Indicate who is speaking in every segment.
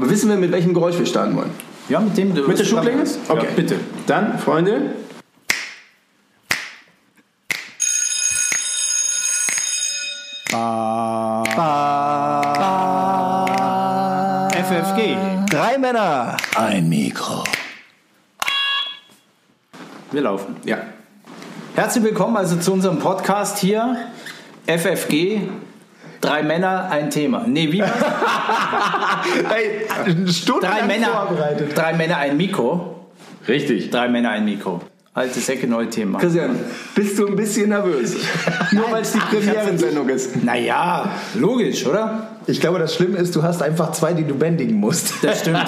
Speaker 1: Wissen wir, mit welchem Geräusch wir starten wollen?
Speaker 2: Ja, mit dem.
Speaker 1: Mit der Schuhklinge?
Speaker 2: Okay.
Speaker 1: Okay.
Speaker 2: Ja, bitte.
Speaker 1: Dann, Freunde.
Speaker 2: FFG.
Speaker 3: Drei Männer.
Speaker 4: Ein Mikro.
Speaker 2: Wir laufen.
Speaker 1: Ja.
Speaker 2: Herzlich willkommen also zu unserem Podcast hier. FFG. Drei Männer, ein Thema. Nee, wie war's?
Speaker 1: Hey,
Speaker 2: Drei Männer. Drei Männer, ein Mikro.
Speaker 1: Richtig.
Speaker 2: Drei Männer, ein Mikro. Alte Säcke, neues Thema.
Speaker 1: Christian, bist du ein bisschen nervös? Nur weil es die Premierensendung ist.
Speaker 2: Naja, logisch, oder?
Speaker 3: Ich glaube, das Schlimme ist, du hast einfach zwei, die du bändigen musst.
Speaker 2: Das stimmt.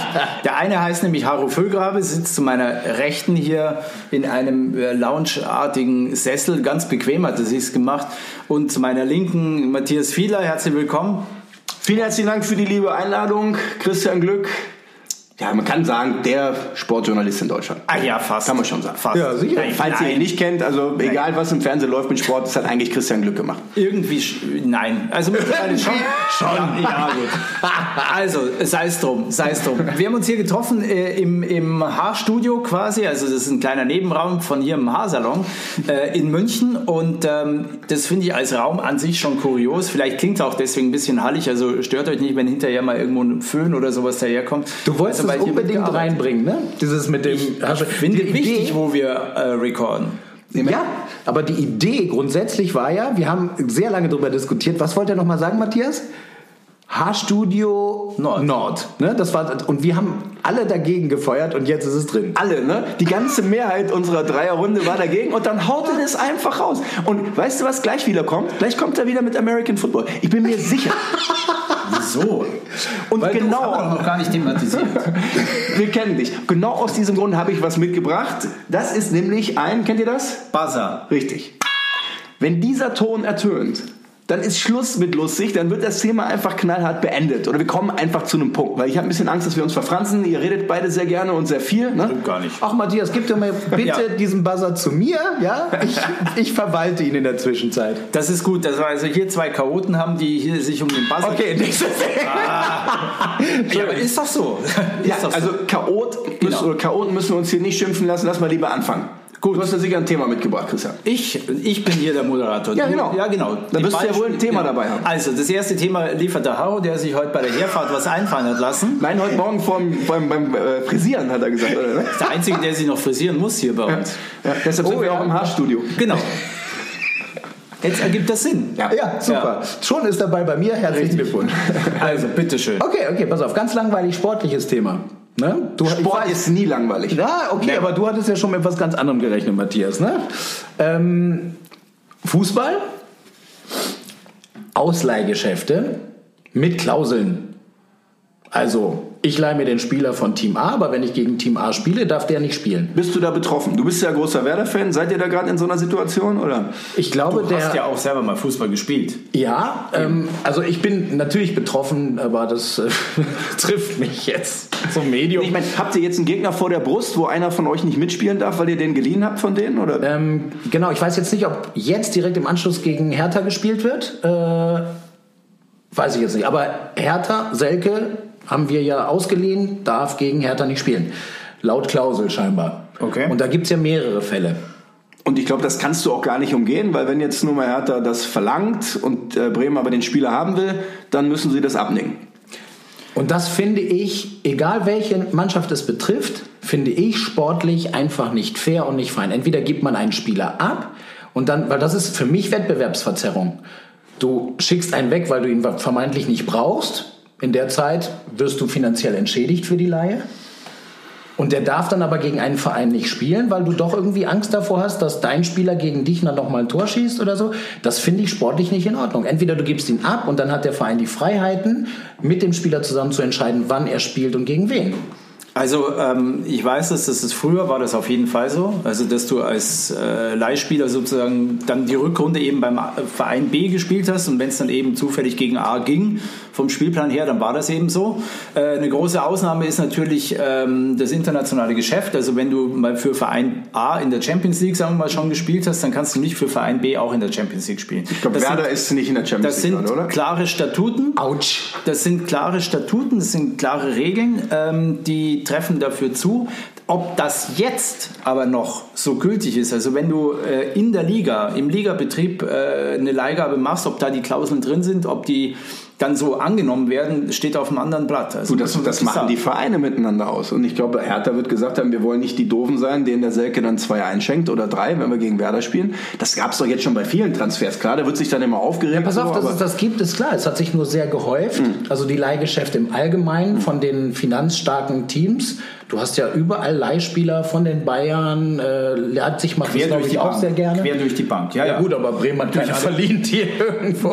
Speaker 2: Der eine heißt nämlich Haro Füllgrabe, sitzt zu meiner Rechten hier in einem äh, loungeartigen Sessel. Ganz bequem hat er sich's gemacht. Und zu meiner Linken Matthias Fieler, herzlich willkommen.
Speaker 1: Vielen herzlichen Dank für die liebe Einladung, Christian Glück. Ja, man kann sagen, der Sportjournalist in Deutschland.
Speaker 2: Ah ja, fast.
Speaker 1: Kann man schon sagen.
Speaker 2: Fast.
Speaker 3: Ja, sicher.
Speaker 2: Nein,
Speaker 1: Falls ihr ihn
Speaker 2: nein.
Speaker 1: nicht kennt, also egal was im Fernsehen läuft mit Sport, das hat eigentlich Christian Glück gemacht.
Speaker 2: Irgendwie, sch- nein. Also mittlerweile schon. schon. Ja, ja, gut. Also, sei es drum, sei es drum. Wir haben uns hier getroffen äh, im, im Haarstudio quasi, also das ist ein kleiner Nebenraum von hier im Haarsalon äh, in München und ähm, das finde ich als Raum an sich schon kurios. Vielleicht klingt es auch deswegen ein bisschen hallig, also stört euch nicht, wenn hinterher mal irgendwo ein Föhn oder sowas daherkommt.
Speaker 3: Du wolltest
Speaker 2: also,
Speaker 3: es
Speaker 2: weil hier
Speaker 3: unbedingt
Speaker 2: mitgearbeitet-
Speaker 3: reinbringen, ne? Dieses mit dem. Ich
Speaker 2: Finde wichtig, wo wir äh, recorden.
Speaker 3: Ja, aber die Idee grundsätzlich war ja, wir haben sehr lange darüber diskutiert. Was wollte er nochmal sagen, Matthias? Haarstudio
Speaker 2: Nord.
Speaker 3: Nord ne? das war, und wir haben alle dagegen gefeuert und jetzt ist es drin.
Speaker 1: Alle, ne? Die ganze Mehrheit unserer Dreierrunde war dagegen und dann haut er es einfach raus. Und weißt du, was gleich wieder kommt? Gleich kommt er wieder mit American Football. Ich bin mir sicher.
Speaker 2: Wieso?
Speaker 1: Und
Speaker 2: Weil genau.
Speaker 1: genau.
Speaker 2: Das haben wir noch gar nicht thematisiert.
Speaker 1: Wir kennen dich. Genau aus diesem Grund habe ich was mitgebracht. Das ist nämlich ein, kennt ihr das?
Speaker 2: Buzzer.
Speaker 1: Richtig. Wenn dieser Ton ertönt, dann ist Schluss mit lustig, dann wird das Thema einfach knallhart beendet. Oder wir kommen einfach zu einem Punkt. Weil ich habe ein bisschen Angst, dass wir uns verfranzen. Ihr redet beide sehr gerne und sehr viel. Ne?
Speaker 2: Gar nicht.
Speaker 3: Ach Matthias, gib doch mal bitte
Speaker 2: Ja.
Speaker 3: diesen Buzzer zu mir, ja? Ich, ich verwalte ihn in der Zwischenzeit.
Speaker 2: Das ist gut, dass wir also hier zwei Chaoten haben, die hier sich um den Buzzer.
Speaker 3: Okay, nächstes
Speaker 2: ja, aber ist doch so. Ist
Speaker 1: Ja,
Speaker 2: doch so.
Speaker 1: also Chaot müssen,
Speaker 2: Genau.
Speaker 1: oder Chaoten müssen wir uns hier nicht schimpfen lassen. Lass mal lieber anfangen. Gut. Du hast ja sicher ein Thema mitgebracht, Christian.
Speaker 2: Ich, ich bin hier der Moderator.
Speaker 1: Ja,
Speaker 2: Du-
Speaker 1: genau.
Speaker 2: Ja, genau.
Speaker 1: Dann
Speaker 2: Die
Speaker 1: wirst du ja
Speaker 2: beiden
Speaker 1: wohl ein
Speaker 2: Spiel-
Speaker 1: Thema dabei haben.
Speaker 2: Also, das erste Thema liefert der Haro, der sich heute bei der Herfahrt was einfallen hat lassen.
Speaker 1: Nein, heute Morgen vorm, beim, beim äh, Frisieren hat er gesagt, oder? Ne?
Speaker 2: Das ist der Einzige, der sich noch frisieren muss hier bei uns.
Speaker 1: Ja, deshalb sind wir auch im Haarstudio.
Speaker 2: Genau. Jetzt ergibt das Sinn.
Speaker 1: Ja.
Speaker 3: Ja, super. Schon ist dabei bei mir. Herzlichen Glückwunsch.
Speaker 2: Also, bitteschön.
Speaker 3: Okay, okay, pass auf. Ganz langweilig sportliches Thema. Ne? Du, ich
Speaker 1: Sport
Speaker 3: weiß-
Speaker 1: ist nie langweilig.
Speaker 3: Ja, okay, aber du hattest ja schon mit was ganz anderem gerechnet, Matthias. Ne? Ähm, Fußball, Ausleihgeschäfte mit Klauseln. Also, ich leihe mir den Spieler von Team A, aber wenn ich gegen Team A spiele, darf der nicht spielen.
Speaker 1: Bist du da betroffen? Du bist ja großer Werder-Fan. Seid ihr da gerade in so einer Situation? Oder?
Speaker 3: Ich glaube,
Speaker 2: Du
Speaker 3: der.
Speaker 2: hast ja auch selber mal Fußball gespielt.
Speaker 3: Ja, ähm, also ich bin natürlich betroffen, aber das äh, trifft mich jetzt zum Medium.
Speaker 1: Ich meine, habt ihr jetzt einen Gegner vor der Brust, wo einer von euch nicht mitspielen darf, weil ihr den geliehen habt von denen? Oder?
Speaker 3: Ähm, genau, ich weiß jetzt nicht, ob jetzt direkt im Anschluss gegen Hertha gespielt wird. Äh, weiß ich jetzt nicht. Aber Hertha, Selke haben wir ja ausgeliehen, darf gegen Hertha nicht spielen. Laut Klausel scheinbar.
Speaker 2: Okay.
Speaker 3: Und da gibt es ja mehrere Fälle.
Speaker 1: Und ich glaube, das kannst du auch gar nicht umgehen, weil wenn jetzt nur mal Hertha das verlangt und äh, Bremen aber den Spieler haben will, dann müssen sie das abnicken.
Speaker 3: Und das finde ich, egal welche Mannschaft es betrifft, finde ich sportlich einfach nicht fair und nicht fein. Entweder gibt man einen Spieler ab und dann, weil das ist für mich Wettbewerbsverzerrung. Du schickst einen weg, weil du ihn vermeintlich nicht brauchst. In der Zeit wirst du finanziell entschädigt für die Laie. Und der darf dann aber gegen einen Verein nicht spielen, weil du doch irgendwie Angst davor hast, dass dein Spieler gegen dich dann nochmal ein Tor schießt oder so. Das finde ich sportlich nicht in Ordnung. Entweder du gibst ihn ab und dann hat der Verein die Freiheiten, mit dem Spieler zusammen zu entscheiden, wann er spielt und gegen wen.
Speaker 2: Also ähm, ich weiß, dass das ist, früher war das auf jeden Fall so, also dass du als äh, Leihspieler sozusagen dann die Rückrunde eben beim A- Verein B gespielt hast und wenn es dann eben zufällig gegen A ging vom Spielplan her, dann war das eben so. Äh, eine große Ausnahme ist natürlich ähm, das internationale Geschäft. Also wenn du mal für Verein A in der Champions League sagen wir mal schon gespielt hast, dann kannst du nicht für Verein B auch in der Champions League spielen.
Speaker 1: Ich glaube,
Speaker 2: das
Speaker 1: Werder
Speaker 2: sind,
Speaker 1: ist nicht in der Champions
Speaker 2: das
Speaker 1: League,
Speaker 2: sind
Speaker 1: gerade, oder?
Speaker 2: klare Statuten.
Speaker 3: Autsch.
Speaker 2: Das sind klare Statuten, das sind klare Regeln, ähm, die treffen dafür zu. Ob das jetzt aber noch so gültig ist, also wenn du äh, in der Liga, im Ligabetrieb äh, eine Leihgabe machst, ob da die Klauseln drin sind, ob die dann so angenommen werden, steht auf dem anderen Blatt. Also
Speaker 1: Gut,
Speaker 2: muss
Speaker 1: das,
Speaker 2: man
Speaker 1: das
Speaker 2: wirklich
Speaker 1: machen die
Speaker 2: sagen.
Speaker 1: Vereine miteinander aus. Und ich glaube, Hertha wird gesagt haben, wir wollen nicht die Doofen sein, denen der Selke dann zwei einschenkt oder drei, wenn wir gegen Werder spielen. Das gab es doch jetzt schon bei vielen Transfers. Klar, da wird sich dann immer aufgeregt.
Speaker 3: Pass auf,
Speaker 1: so,
Speaker 3: dass
Speaker 1: aber-
Speaker 3: es das gibt, ist klar. Es hat sich nur sehr gehäuft.
Speaker 2: Hm.
Speaker 3: Also die Leihgeschäfte im Allgemeinen von den finanzstarken Teams. Du hast ja überall Leihspieler von den Bayern. Äh, Leipzig macht das,
Speaker 2: quer
Speaker 3: glaube
Speaker 2: durch
Speaker 3: ich,
Speaker 2: die
Speaker 3: auch
Speaker 2: Bank.
Speaker 3: sehr gerne.
Speaker 2: Quer durch die Bank, ja, ja.
Speaker 3: ja, gut, aber Bremen hat keinen verliehen hier irgendwo.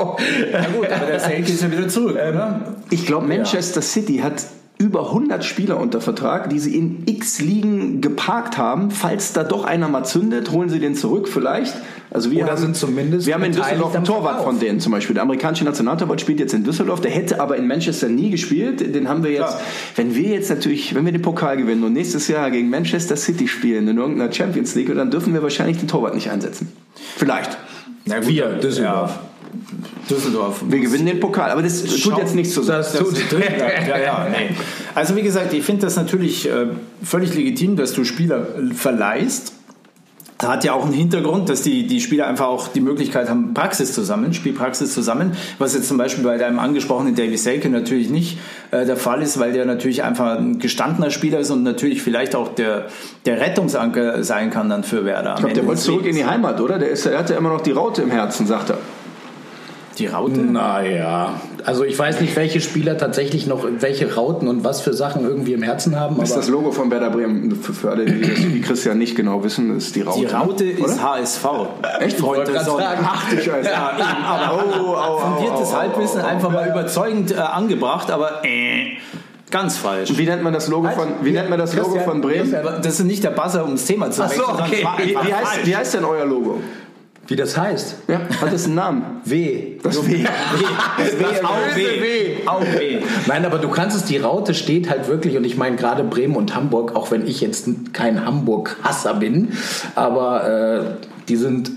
Speaker 2: ja gut aber der Selke ist ja wieder zurück, oder?
Speaker 1: Ich glaube, Manchester City hat über 100 Spieler unter Vertrag, die sie in x Ligen geparkt haben. Falls da doch einer mal zündet, holen sie den zurück vielleicht. Also wir
Speaker 3: Oder
Speaker 1: haben,
Speaker 3: sind zumindest
Speaker 1: wir haben in
Speaker 3: beteiligt
Speaker 1: Düsseldorf einen
Speaker 3: am
Speaker 1: Torwart
Speaker 3: Verkauf.
Speaker 1: von denen zum Beispiel. Der amerikanische Nationaltorwart spielt jetzt in Düsseldorf. Der hätte aber in Manchester nie gespielt. Den haben wir jetzt.
Speaker 2: Klar.
Speaker 1: Wenn wir jetzt natürlich, wenn wir den Pokal gewinnen und nächstes Jahr gegen Manchester City spielen in irgendeiner Champions League, dann dürfen wir wahrscheinlich den Torwart nicht einsetzen. Vielleicht.
Speaker 2: Na gut,
Speaker 3: Wir,
Speaker 2: aber-
Speaker 3: Düsseldorf.
Speaker 2: Ja, Düsseldorf.
Speaker 1: Wir gewinnen den Pokal, aber das tut
Speaker 2: Schau-
Speaker 1: jetzt nichts zur Sache.
Speaker 3: Das tut.
Speaker 2: ja, ja, nee. Also wie gesagt, ich finde das natürlich äh, völlig legitim, dass du Spieler äh, verleihst. Da hat ja auch einen Hintergrund, dass die, die Spieler einfach auch die Möglichkeit haben, Praxis zu sammeln, Spielpraxis zu sammeln, was jetzt zum Beispiel bei deinem angesprochenen Davy Selke natürlich nicht äh, der Fall ist, weil der natürlich einfach ein gestandener Spieler ist und natürlich vielleicht auch der, der Rettungsanker sein kann dann für Werder.
Speaker 1: Ich glaube, der wollte zurück in die Heimat, oder? Der, ist, der hat ja immer noch die Raute im Herzen, sagt er.
Speaker 2: die Raute.
Speaker 3: Naja, also ich weiß nicht, welche Spieler tatsächlich noch welche Rauten und was für Sachen irgendwie im Herzen haben.
Speaker 1: Ist
Speaker 3: Aber
Speaker 1: das Logo von Werder Bremen, für, für alle, die, das, die Christian nicht genau wissen, ist die Raute.
Speaker 2: Die Raute
Speaker 1: ne?
Speaker 2: ist
Speaker 1: oder?
Speaker 2: HSV.
Speaker 1: Echt,
Speaker 3: wollte
Speaker 1: Freunde?
Speaker 3: gerade
Speaker 2: Sonne.
Speaker 3: sagen.
Speaker 1: Ach du Scheiße.
Speaker 2: Ja, eben, aber
Speaker 1: Au, au, au,
Speaker 2: fundiertes
Speaker 1: au, au,
Speaker 2: Halbwissen
Speaker 1: au, au.
Speaker 2: einfach mal überzeugend äh, angebracht, aber äh, ganz falsch.
Speaker 1: Wie nennt man das Logo von, wie nennt man das Logo
Speaker 3: Halt. Christian,
Speaker 1: von Bremen?
Speaker 3: Christian.
Speaker 2: Aber Das ist nicht der Buzzer, um das Thema zu
Speaker 3: Ach so,
Speaker 2: wechseln. sondern
Speaker 3: okay.
Speaker 2: es war
Speaker 1: Wie,
Speaker 2: einfach
Speaker 1: wie, heißt,
Speaker 2: falsch.
Speaker 1: wie heißt denn euer Logo?
Speaker 3: wie das heißt?
Speaker 1: Ja, hat das einen Namen?
Speaker 3: W.
Speaker 1: Das W.
Speaker 2: Das
Speaker 3: Das
Speaker 2: Au
Speaker 3: böse
Speaker 2: weh. Au weh.
Speaker 3: Nein, aber du kannst es, die Raute steht halt wirklich, und ich meine gerade Bremen und Hamburg, auch wenn ich jetzt kein Hamburg-Hasser bin, aber äh, die sind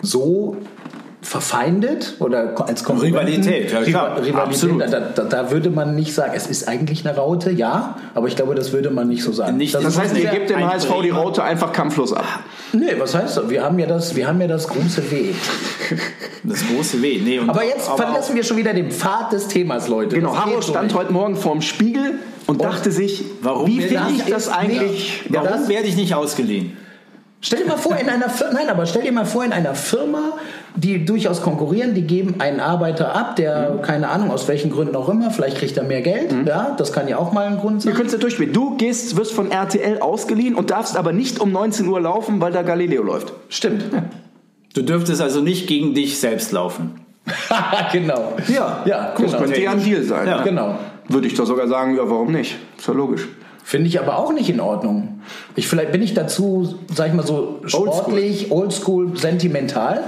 Speaker 3: so verfeindet oder ko- als Konkurrenten.
Speaker 2: Rivalität, ja, klar,
Speaker 3: Riva- Rivalität
Speaker 2: absolut.
Speaker 3: da, da, da würde man nicht sagen, es ist eigentlich eine Raute, ja, aber ich glaube, das würde man nicht so sagen.
Speaker 2: Nicht-
Speaker 1: Das
Speaker 2: Das
Speaker 1: heißt, ihr
Speaker 2: ist
Speaker 1: gebt dem
Speaker 2: ein
Speaker 1: HSV die
Speaker 2: Bremer.
Speaker 1: Raute einfach kampflos ab.
Speaker 3: nee, was heißt das? Wir haben ja das, wir haben ja das große W.
Speaker 2: Das große Weh. Nee, und-
Speaker 3: Aber jetzt verlassen wir schon wieder den Pfad des Themas, Leute.
Speaker 1: Genau,
Speaker 3: Das
Speaker 1: Harro
Speaker 3: geht so
Speaker 1: stand
Speaker 3: nicht.
Speaker 1: heute Morgen vorm Spiegel und dachte sich,
Speaker 2: Warum
Speaker 1: wie
Speaker 2: mir
Speaker 1: finde
Speaker 2: das
Speaker 1: ich das
Speaker 3: ist
Speaker 1: eigentlich?
Speaker 3: nicht- Ja,
Speaker 2: Warum
Speaker 3: das-
Speaker 2: werde ich nicht ausgeliehen?
Speaker 3: Stell dir mal vor, in einer Firma, nein, aber stell dir mal vor, in einer Firma, die durchaus konkurrieren, die geben einen Arbeiter ab, der, keine Ahnung, aus welchen Gründen auch immer, vielleicht kriegt er mehr Geld, ja, das kann ja auch mal ein Grund
Speaker 1: Ihr
Speaker 3: sein.
Speaker 1: könnt es ja durchspielen. Du gehst, wirst von RTL ausgeliehen und darfst aber nicht um 19 Uhr laufen, weil da Galileo läuft.
Speaker 3: Stimmt.
Speaker 2: Du dürftest also nicht gegen dich selbst laufen.
Speaker 3: genau.
Speaker 1: Ja.
Speaker 3: ja, cool.
Speaker 1: Das könnte ja ein Deal sein.
Speaker 2: Ja.
Speaker 3: Genau.
Speaker 1: Würde ich doch sogar sagen, ja, warum nicht? Ist ja logisch.
Speaker 3: Finde ich aber auch nicht in Ordnung. Ich, vielleicht bin ich dazu, sag ich mal so, sportlich, oldschool, sentimental.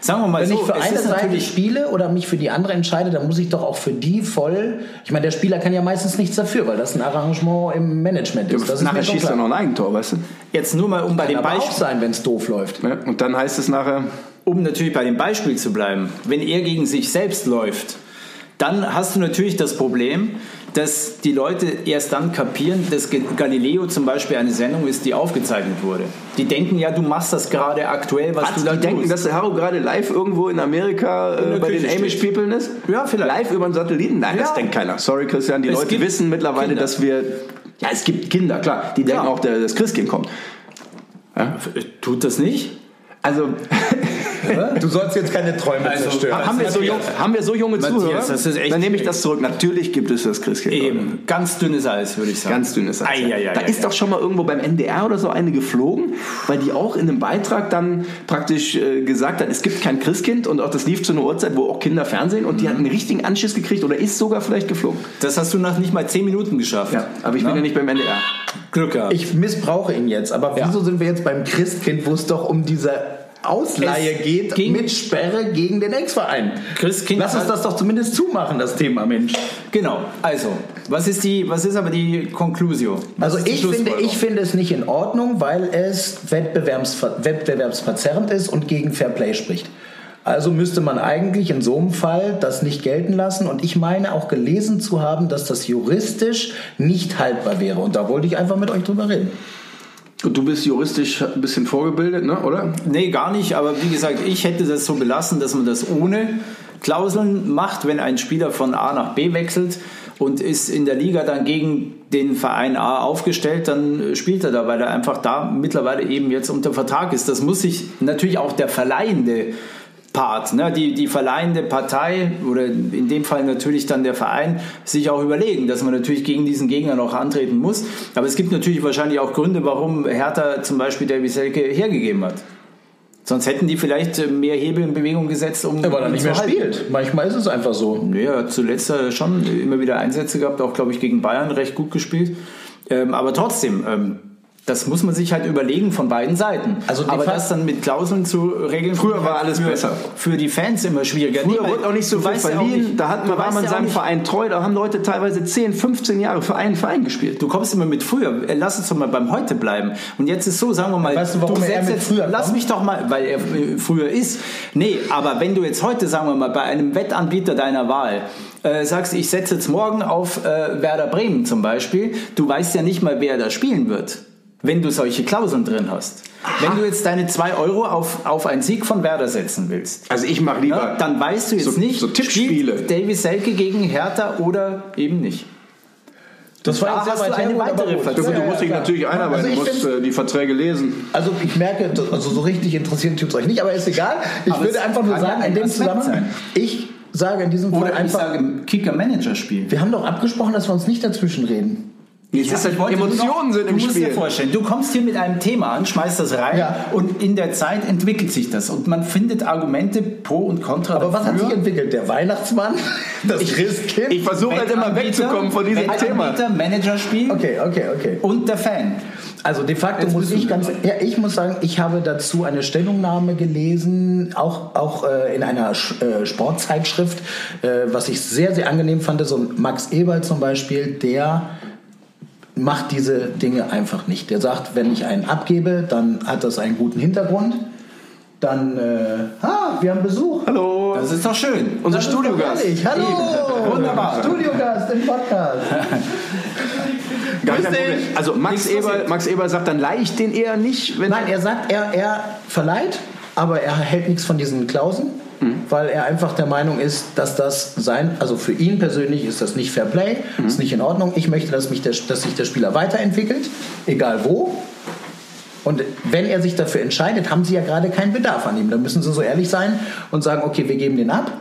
Speaker 2: Sagen wir mal
Speaker 3: Wenn
Speaker 2: so,
Speaker 3: ich für
Speaker 2: es
Speaker 3: eine
Speaker 2: ist
Speaker 3: Seite
Speaker 2: natürlich
Speaker 3: spiele oder mich für die andere entscheide, dann muss ich doch auch für die voll. Ich meine, der Spieler kann ja meistens nichts dafür, weil das ein Arrangement im Management ist. Das ist
Speaker 1: nachher
Speaker 3: mir schon
Speaker 1: schießt er
Speaker 3: klar.
Speaker 1: noch ein Eigentor, weißt du?
Speaker 2: jetzt nur mal um bei
Speaker 3: Kann
Speaker 2: dem
Speaker 3: aber auch
Speaker 2: Beispiel.
Speaker 3: sein, wenn es doof läuft.
Speaker 1: Ja, Und dann heißt es nachher,
Speaker 2: um natürlich bei dem Beispiel zu bleiben, wenn er gegen sich selbst läuft, dann hast du natürlich das Problem, dass die Leute erst dann kapieren, dass Ge- Galileo zum Beispiel eine Sendung ist, die aufgezeichnet wurde. Die denken ja, du machst das gerade aktuell, was
Speaker 1: was,
Speaker 2: du da
Speaker 1: die denken,
Speaker 2: tust.
Speaker 1: dass der Harro gerade live irgendwo in Amerika
Speaker 2: In
Speaker 1: äh,
Speaker 2: der
Speaker 1: bei den
Speaker 2: Küche
Speaker 1: Amish
Speaker 2: steht.
Speaker 1: People ist?
Speaker 2: Ja, vielleicht.
Speaker 1: Live über den Satelliten? Nein, das
Speaker 2: Ja.
Speaker 1: denkt keiner. Sorry, Christian, die
Speaker 2: Es
Speaker 1: Leute
Speaker 2: gibt
Speaker 1: wissen mittlerweile,
Speaker 2: Kinder.
Speaker 1: dass wir. Ja, es gibt Kinder, klar. Die denken
Speaker 2: Ja. Äh,
Speaker 1: auch, der, das Christkind kommt.
Speaker 2: Tut das nicht?
Speaker 1: Also,
Speaker 3: Du sollst jetzt keine Träume
Speaker 2: Also,
Speaker 3: zerstören.
Speaker 1: Haben wir, so jung, haben wir so junge
Speaker 2: Matthias,
Speaker 1: Zuhörer?
Speaker 2: das ist echt
Speaker 1: Dann nehme ich
Speaker 2: schwierig.
Speaker 1: das zurück. Natürlich gibt es das Christkind.
Speaker 2: Eben, ganz dünnes Eis, würde ich sagen.
Speaker 1: Ganz dünnes Eis.
Speaker 2: Ei, ei, ei,
Speaker 1: da
Speaker 2: ei,
Speaker 1: ist
Speaker 2: ei.
Speaker 1: doch schon mal irgendwo beim NDR oder so eine geflogen, weil die auch in einem Beitrag dann praktisch äh, gesagt hat, es gibt kein Christkind und auch das lief zu einer Uhrzeit, wo auch Kinder Fernsehen und die hat einen richtigen Anschiss gekriegt oder ist sogar vielleicht geflogen.
Speaker 2: Das hast du nach nicht mal 10 Minuten geschafft.
Speaker 1: Ja, aber ich bin ja nicht beim NDR.
Speaker 2: Glück gehabt.
Speaker 3: Ich missbrauche ihn jetzt, aber wieso sind wir jetzt beim Christkind, wo es doch um diese Ausleihe
Speaker 2: Es
Speaker 3: geht
Speaker 2: ging-
Speaker 3: mit Sperre gegen den Ex-Verein?
Speaker 2: Christkind
Speaker 3: Lass uns
Speaker 2: hat-
Speaker 3: das doch zumindest zumachen, das Thema, Mensch.
Speaker 2: Genau, also, was ist die, was ist aber die Conclusio? Was
Speaker 3: Also
Speaker 2: ist die
Speaker 3: ich finde,
Speaker 2: Schlussfolgerung?
Speaker 3: ich finde es nicht in Ordnung, weil es wettbewerbsver wettbewerbsverzerrend ist und gegen Fairplay spricht. Also müsste man eigentlich in so einem Fall das nicht gelten lassen. Und ich meine auch gelesen zu haben, dass das juristisch nicht haltbar wäre. Und da wollte ich einfach mit euch drüber reden.
Speaker 1: Und du bist juristisch ein bisschen vorgebildet, ne? oder?
Speaker 2: Nee, gar nicht, aber wie gesagt, ich hätte das so belassen, dass man das ohne Klauseln macht, wenn ein Spieler von A nach B wechselt und ist in der Liga dann gegen den Verein A aufgestellt, dann spielt er da, weil er einfach da mittlerweile eben jetzt unter Vertrag ist. Das muss sich natürlich auch der verleihende Part, ne? die, die verleihende Partei oder in dem Fall natürlich dann der Verein sich auch überlegen, dass man natürlich gegen diesen Gegner noch antreten muss. Aber es gibt natürlich wahrscheinlich auch Gründe, warum Hertha zum Beispiel der Wieselke hergegeben hat. Sonst hätten die vielleicht äh, mehr Hebel in Bewegung gesetzt, um.
Speaker 3: Weil er
Speaker 2: um
Speaker 3: nicht
Speaker 2: zu
Speaker 3: mehr
Speaker 2: halten.
Speaker 3: spielt. Manchmal ist es einfach so.
Speaker 2: Nee, er hat zuletzt äh, schon immer wieder Einsätze gehabt, auch glaube ich gegen Bayern recht gut gespielt. Ähm, aber trotzdem, ähm, das muss man sich halt überlegen von beiden Seiten.
Speaker 3: Also die
Speaker 2: aber
Speaker 3: Fa-
Speaker 2: das dann mit Klauseln zu regeln.
Speaker 1: Früher
Speaker 2: finde
Speaker 1: war
Speaker 2: ich
Speaker 1: alles
Speaker 2: für,
Speaker 1: besser.
Speaker 2: Für die Fans immer schwieriger.
Speaker 1: Früher
Speaker 2: Nee, weil
Speaker 1: wurde auch nicht so
Speaker 2: du
Speaker 1: viel
Speaker 2: weißt ja auch
Speaker 1: verliehen,
Speaker 2: nicht-
Speaker 1: da hat
Speaker 2: du
Speaker 1: man, war
Speaker 2: weißt
Speaker 1: man
Speaker 2: ja auch
Speaker 1: seinem
Speaker 2: nicht-
Speaker 1: Verein treu, da haben Leute teilweise 10, 15 Jahre für einen Verein gespielt.
Speaker 2: Du kommst immer mit früher. Äh, Lass uns doch mal beim Heute bleiben. Und jetzt ist so, sagen wir mal,
Speaker 3: Weißt du,
Speaker 2: du
Speaker 3: warum er
Speaker 2: setzt
Speaker 3: mit
Speaker 2: jetzt,
Speaker 3: früher
Speaker 2: lass
Speaker 3: kommt?
Speaker 2: mich doch mal, weil er äh, früher ist. Nee, aber wenn du jetzt heute, sagen wir mal, bei einem Wettanbieter deiner Wahl äh, sagst, ich setze jetzt morgen auf äh, Werder Bremen zum Beispiel, du weißt ja nicht mal, wer da spielen wird. Wenn du solche Klauseln drin hast. Wenn du jetzt deine 2 Euro auf, auf einen Sieg von Werder setzen willst,
Speaker 1: Also ich mache lieber.
Speaker 2: ja, dann weißt du jetzt
Speaker 1: so-
Speaker 2: nicht,
Speaker 1: so Tippspiele.
Speaker 2: spielt Davy Selke gegen Hertha oder eben nicht.
Speaker 3: Das
Speaker 2: Da hast du eine weitere
Speaker 1: du
Speaker 2: Ja,
Speaker 1: musst dich natürlich einarbeiten,
Speaker 3: Also
Speaker 1: du
Speaker 3: ich
Speaker 1: musst äh, die Verträge lesen.
Speaker 3: Also ich merke, das- also so richtig interessieren tut's euch nicht, aber ist egal. Ich
Speaker 2: Aber
Speaker 3: würde
Speaker 2: es
Speaker 3: einfach nur
Speaker 2: kann ja
Speaker 3: sagen,
Speaker 2: ein
Speaker 3: in dem
Speaker 2: Aspekt
Speaker 3: Zusammenhang,
Speaker 2: sein.
Speaker 3: ich sage in diesem Fall
Speaker 2: Oder ich
Speaker 3: einfach,
Speaker 2: sage Kicker-Manager-Spiel.
Speaker 3: wir haben doch abgesprochen, dass wir uns nicht dazwischen reden.
Speaker 1: Jetzt ist halt Emotionen sind im
Speaker 2: Du musst dir
Speaker 1: Spiel.
Speaker 2: vorstellen, du kommst hier mit einem Thema an, schmeißt das rein
Speaker 3: Ja.
Speaker 2: und in der Zeit entwickelt sich das und man findet Argumente pro und contra.
Speaker 3: Aber was hat sich
Speaker 2: dafür.
Speaker 3: entwickelt? Der Weihnachtsmann? Das Christkind?
Speaker 1: Ich versuche halt immer
Speaker 2: Wettanbieter,
Speaker 1: wegzukommen von diesem Thema.
Speaker 2: Wettanbieter, Managerspiel
Speaker 3: okay, okay, okay.
Speaker 2: und der Fan.
Speaker 3: Also de facto
Speaker 2: Jetzt
Speaker 3: muss
Speaker 2: bist du
Speaker 3: ich ganz,
Speaker 2: dran.
Speaker 3: ja, ich muss sagen, ich habe dazu eine Stellungnahme gelesen, auch auch äh, in einer Sch äh, Sportzeitschrift, äh, was ich sehr sehr angenehm fand. So ein Max Eberl zum Beispiel, der macht diese Dinge einfach nicht. Der sagt, wenn ich einen abgebe, dann hat das einen guten Hintergrund. Dann, äh, ah, wir haben Besuch.
Speaker 1: Hallo,
Speaker 2: Das ist doch schön.
Speaker 1: unser
Speaker 3: Das ist doch
Speaker 1: Studiogast.
Speaker 3: herrlich. Hallo,
Speaker 2: Wunderbar.
Speaker 3: Studiogast im Podcast.
Speaker 1: Gar kein
Speaker 3: Grüß
Speaker 1: Problem.
Speaker 3: dich.
Speaker 1: Also Max
Speaker 2: Nichts
Speaker 1: Eber,
Speaker 2: passiert.
Speaker 1: Max Eber sagt dann leicht den eher nicht, wenn
Speaker 3: Nein, er sagt, er, er verleiht, aber er hält nichts von diesen Klauseln, weil er einfach der Meinung ist, dass das sein, also für ihn persönlich ist das nicht Fair Play, ist nicht in Ordnung. Ich möchte, dass, mich der, dass sich der Spieler weiterentwickelt, egal wo. Und wenn er sich dafür entscheidet, haben sie ja gerade keinen Bedarf an ihm. Dann müssen sie so ehrlich sein und sagen, okay, wir geben den ab.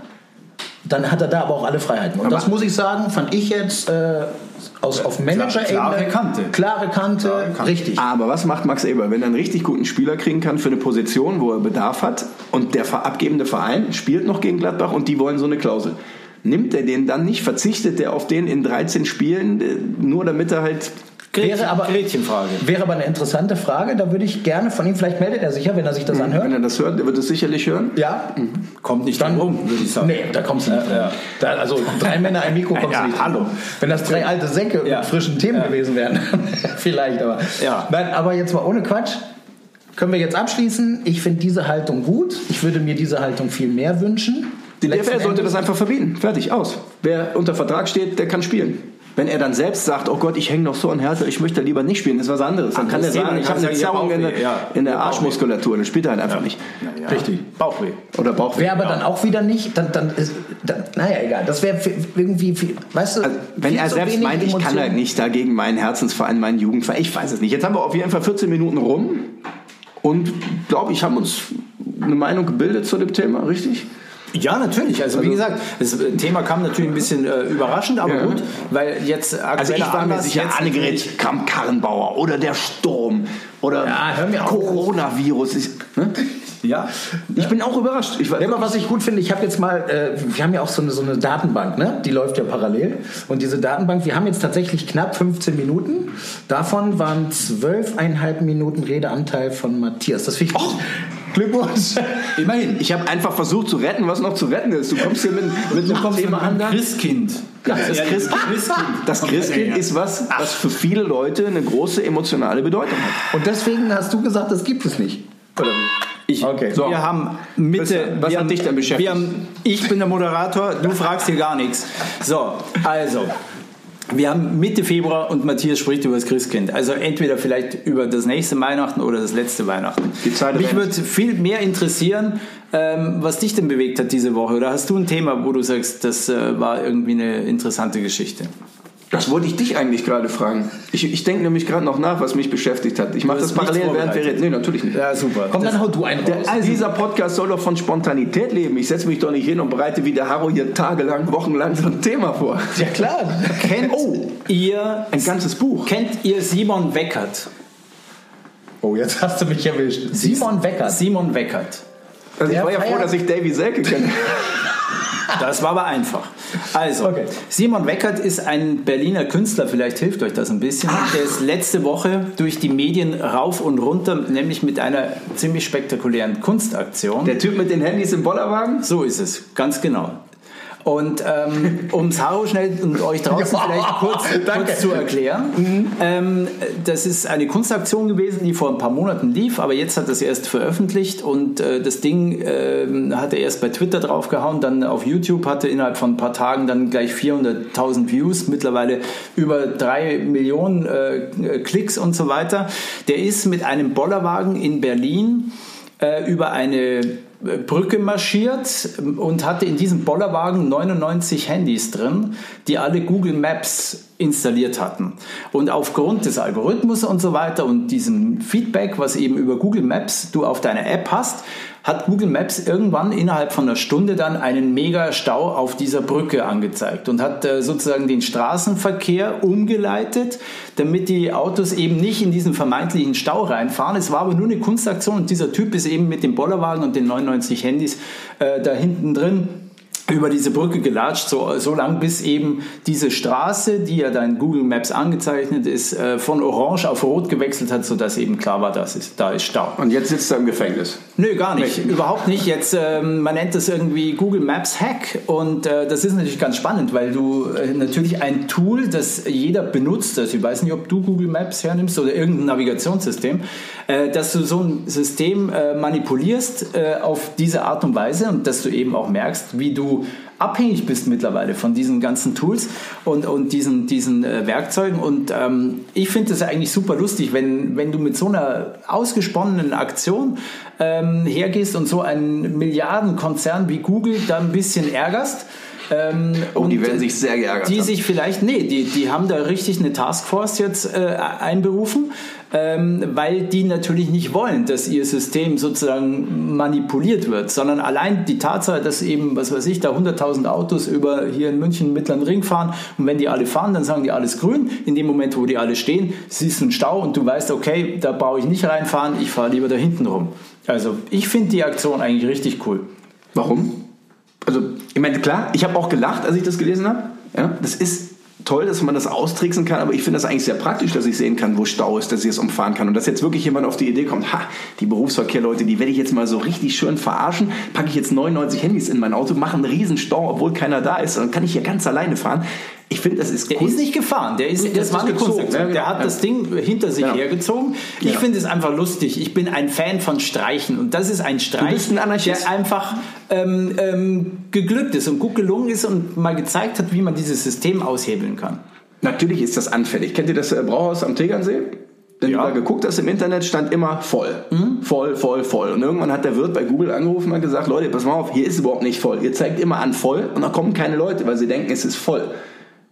Speaker 3: Dann hat er da aber auch alle Freiheiten. Und das muss ich sagen, fand ich jetzt äh, aus, auf Manager-Ebene
Speaker 2: klare Kante.
Speaker 3: klare Kante, richtig.
Speaker 1: Aber was macht Max Eber, wenn er einen richtig guten Spieler kriegen kann für eine Position, wo er Bedarf hat und der ver- abgebende Verein spielt noch gegen Gladbach und die wollen so eine Klausel? Nimmt er den dann nicht? Verzichtet er auf den in 13 Spielen, äh, nur damit er halt.
Speaker 3: Wäre aber-
Speaker 2: Gretchenfrage.
Speaker 3: Wäre aber eine interessante Frage, da würde ich gerne von ihm, vielleicht meldet er sich ja, wenn er sich das
Speaker 1: Wenn
Speaker 3: anhört.
Speaker 1: er das hört, der wird es sicherlich hören.
Speaker 3: Ja?
Speaker 2: Kommt nicht dran rum, würde ich sagen.
Speaker 3: Nee, da kommst du nicht dran.
Speaker 2: ja.
Speaker 3: Da, also drei Männer, ein Mikro kommst
Speaker 2: Ja,
Speaker 3: du nicht dran.
Speaker 2: hallo.
Speaker 3: Wenn das drei alte Säcke
Speaker 2: Ja.
Speaker 3: mit frischen Themen
Speaker 2: Ja.
Speaker 3: gewesen wären, vielleicht aber.
Speaker 2: Ja.
Speaker 3: Nein, aber jetzt mal ohne Quatsch. Können wir jetzt abschließen? Ich finde diese Haltung gut. Ich würde mir diese Haltung viel mehr wünschen.
Speaker 1: Die
Speaker 3: Letzten
Speaker 1: DFL sollte
Speaker 3: Endes-
Speaker 1: das einfach verbieten. Fertig, aus. Wer unter Vertrag steht, der kann spielen. Wenn er dann selbst sagt, oh Gott, ich hänge noch so an Hertha, ich möchte lieber nicht spielen, ist was anderes. Dann kann er
Speaker 2: Anderes Thema,
Speaker 1: sagen, ich
Speaker 2: dann
Speaker 1: habe eine
Speaker 2: kann er sagen,
Speaker 1: Zerrung in
Speaker 2: ja,
Speaker 1: der,
Speaker 2: Bauchweh, ja.
Speaker 1: in der Arschmuskulatur, dann spielt er halt einfach nicht.
Speaker 3: Richtig.
Speaker 2: Bauchweh.
Speaker 1: Oder Bauchweh.
Speaker 3: Wäre aber dann auch wieder nicht, dann, dann ist, dann, naja, egal. Das wäre f- irgendwie, viel, weißt du,
Speaker 1: Also, wenn
Speaker 3: viel
Speaker 1: er
Speaker 3: zu
Speaker 1: selbst
Speaker 3: wenig
Speaker 1: meint, ich kann
Speaker 3: Emotionen.
Speaker 1: halt nicht dagegen meinen Herzensverein, meinen Jugendverein, ich weiß es nicht. Jetzt haben wir auf jeden Fall 14 Minuten rum und glaube ich, haben uns eine Meinung gebildet zu dem Thema, richtig?
Speaker 2: Ja, natürlich. Also, wie gesagt, das Thema kam natürlich ein bisschen äh, überraschend, aber
Speaker 1: Ja.
Speaker 2: gut, weil jetzt
Speaker 1: Also ich war mir sicher, Annegret Kramp-Karrenbauer oder der Sturm oder
Speaker 5: Ja, hör mir auf.
Speaker 1: Coronavirus. Ich, ne?
Speaker 2: Ja,
Speaker 1: ich bin auch überrascht. Ich war,
Speaker 3: Ja, aber was ich gut finde, ich habe jetzt mal, äh, wir haben ja auch so eine, so eine Datenbank, ne? die läuft ja parallel. Und diese Datenbank, wir haben jetzt tatsächlich knapp 15 Minuten. Davon waren 12,5 Minuten Redeanteil von Matthias. Das finde ich gut. Glückwunsch.
Speaker 1: immerhin, ich habe einfach versucht zu retten, was noch zu retten ist. Du kommst hier mit, mit einem Thema an. da-
Speaker 2: Christkind. Ja,
Speaker 1: Das Christ- Das Christkind ist was, was für viele Leute eine große emotionale Bedeutung hat.
Speaker 3: Und deswegen hast du gesagt, das gibt es nicht. Oder wie?
Speaker 2: Ich,
Speaker 3: Okay.
Speaker 2: so. Wir haben Mitte.
Speaker 1: Christian, was
Speaker 2: wir
Speaker 1: hat
Speaker 2: haben,
Speaker 1: dich denn beschäftigt?
Speaker 2: Wir haben, ich bin der Moderator, du fragst hier gar nichts. So, also. Wir haben Mitte Februar und Matthias spricht über das Christkind. Also entweder vielleicht über das nächste Weihnachten oder das letzte Weihnachten.
Speaker 1: Die Zeit
Speaker 2: Mich
Speaker 1: rennt.
Speaker 2: würde viel mehr interessieren, ähm, was dich denn bewegt hat diese Woche. Oder hast du ein Thema, wo du sagst, das äh, war irgendwie eine interessante Geschichte?
Speaker 1: Das wollte ich dich eigentlich gerade fragen. Ich, ich denke nämlich gerade noch nach, was mich beschäftigt hat. Ich mache das
Speaker 2: hast nichts
Speaker 1: parallel, während wir
Speaker 2: vorbereitet.
Speaker 1: reden. Nee, natürlich nicht.
Speaker 2: Ja, super.
Speaker 3: Komm, dann hau du einen raus.
Speaker 1: Der, also, dieser Podcast soll doch von Spontanität leben. Ich setze mich doch nicht hin und bereite wie der Harro hier tagelang, wochenlang so ein Thema vor.
Speaker 3: Ja klar.
Speaker 2: Kennt
Speaker 1: Oh.
Speaker 2: ihr
Speaker 1: Ein ganzes Buch.
Speaker 2: kennt ihr Simon Weckert?
Speaker 3: Oh, jetzt hast du mich erwischt. Simon Weckert.
Speaker 2: Simon Weckert.
Speaker 1: Also ich
Speaker 3: Der
Speaker 1: war ja froh,
Speaker 3: feiert-
Speaker 1: dass ich Davy Selke kenne.
Speaker 2: Das war aber einfach. Also,
Speaker 3: Okay.
Speaker 2: Simon Weckert ist ein Berliner Künstler, vielleicht hilft euch das ein bisschen. Der ist letzte Woche durch die Medien rauf und runter, nämlich mit einer ziemlich spektakulären Kunstaktion.
Speaker 1: Der Typ mit den Handys im Bollerwagen?
Speaker 2: so ist es, ganz genau. Und ähm, um Saro schnell und euch draußen vielleicht kurz, kurz zu erklären, ähm, das ist eine Kunstaktion gewesen, die vor ein paar Monaten lief, aber jetzt hat es erst veröffentlicht und äh, das Ding ähm, hat er erst bei Twitter draufgehauen, dann auf YouTube hatte innerhalb von ein paar Tagen dann gleich 400.000 Views, mittlerweile über 3 Millionen äh, Klicks und so weiter. Der ist mit einem Bollerwagen in Berlin äh, über eine äh, Brücke marschiert ähm, und hatte in diesem Bollerwagen 99 Handys drin, die alle Google Maps installiert hatten. Und aufgrund des Algorithmus und so weiter und diesem Feedback, was eben über Google Maps du auf deiner App hast, hat Google Maps irgendwann innerhalb von einer Stunde dann einen Mega-Stau auf dieser Brücke angezeigt und hat äh, sozusagen den Straßenverkehr umgeleitet, damit die Autos eben nicht in diesen vermeintlichen Stau reinfahren. Es war aber nur eine Kunstaktion und dieser Typ ist eben mit dem Bollerwagen und den 99 Handys äh, da hinten drin über diese Brücke gelatscht, so, so lang bis eben diese Straße, die ja dann in Google Maps angezeichnet ist, äh, von orange auf rot gewechselt hat, sodass eben klar war, das ist, da ist Stau.
Speaker 1: Und jetzt sitzt er im Gefängnis.
Speaker 2: Nö, gar nicht. Überhaupt nicht. Jetzt, ähm, man nennt das irgendwie Google Maps Hack und äh, das ist natürlich ganz spannend, weil du äh, natürlich ein Tool, das jeder benutzt, also ich weiß nicht, ob du Google Maps hernimmst oder irgendein Navigationssystem, äh, dass du so ein System äh, manipulierst äh, auf diese Art und Weise und dass du eben auch merkst, wie du abhängig bist mittlerweile von diesen ganzen Tools und, und diesen, diesen äh, Werkzeugen. Und ähm, ich finde es eigentlich super lustig, wenn, wenn du mit so einer ausgesponnenen Aktion ähm, hergehst und so einen Milliardenkonzern wie Google da ein bisschen ärgerst. Ähm,
Speaker 1: Oh, die
Speaker 2: und,
Speaker 1: werden sich sehr geärgert
Speaker 2: die
Speaker 1: haben.
Speaker 2: sich vielleicht, nee, die, die haben da richtig eine Taskforce jetzt äh, einberufen, ähm, weil die natürlich nicht wollen, dass ihr System sozusagen manipuliert wird, sondern allein die Tatsache, dass eben, was weiß ich, da 100.000 Autos über hier in München Mittleren Ring fahren und wenn die alle fahren, dann sagen die alles grün. In dem Moment, wo die alle stehen, siehst du einen Stau und du weißt, okay, da brauche ich nicht reinfahren, ich fahre lieber da hinten rum. Also ich finde die Aktion eigentlich richtig cool.
Speaker 1: Warum? Also, ich meine, klar, ich habe auch gelacht, als ich das gelesen habe. Ja, das ist toll, dass man das austricksen kann, aber ich finde das eigentlich sehr praktisch, dass ich sehen kann, wo Stau ist, dass ich es umfahren kann. Und dass jetzt wirklich jemand auf die Idee kommt, ha, die Berufsverkehrleute, die werde ich jetzt mal so richtig schön verarschen, packe ich jetzt 99 Handys in mein Auto, mache einen riesen Stau, obwohl keiner da ist, und dann kann ich hier ganz alleine fahren. Ich finde, das ist
Speaker 2: Der ist nicht gefahren, der ist, das,
Speaker 1: ist
Speaker 2: war eine
Speaker 1: gezogen,
Speaker 2: Kunstaktion.
Speaker 1: ja, genau.
Speaker 2: Der hat
Speaker 1: Ja.
Speaker 2: das Ding hinter sich
Speaker 1: Genau.
Speaker 2: hergezogen. Ich
Speaker 1: Ja.
Speaker 2: finde es einfach lustig. Ich bin ein Fan von Streichen und das ist ein Streich,
Speaker 1: bist ein Anarchist.
Speaker 2: der einfach ähm, ähm, geglückt ist und gut gelungen ist und mal gezeigt hat, wie man dieses System aushebeln kann.
Speaker 1: Natürlich ist das anfällig. Kennt ihr das äh, Brauhaus am Tegernsee? Wenn
Speaker 2: Ja. Mhm.
Speaker 1: du da geguckt hast im Internet, stand immer voll. Voll, voll, voll. Und irgendwann hat der Wirt bei Google angerufen und hat gesagt, Leute, pass mal auf, hier ist überhaupt nicht voll. Ihr zeigt immer an voll und da kommen keine Leute, weil sie denken, es ist voll.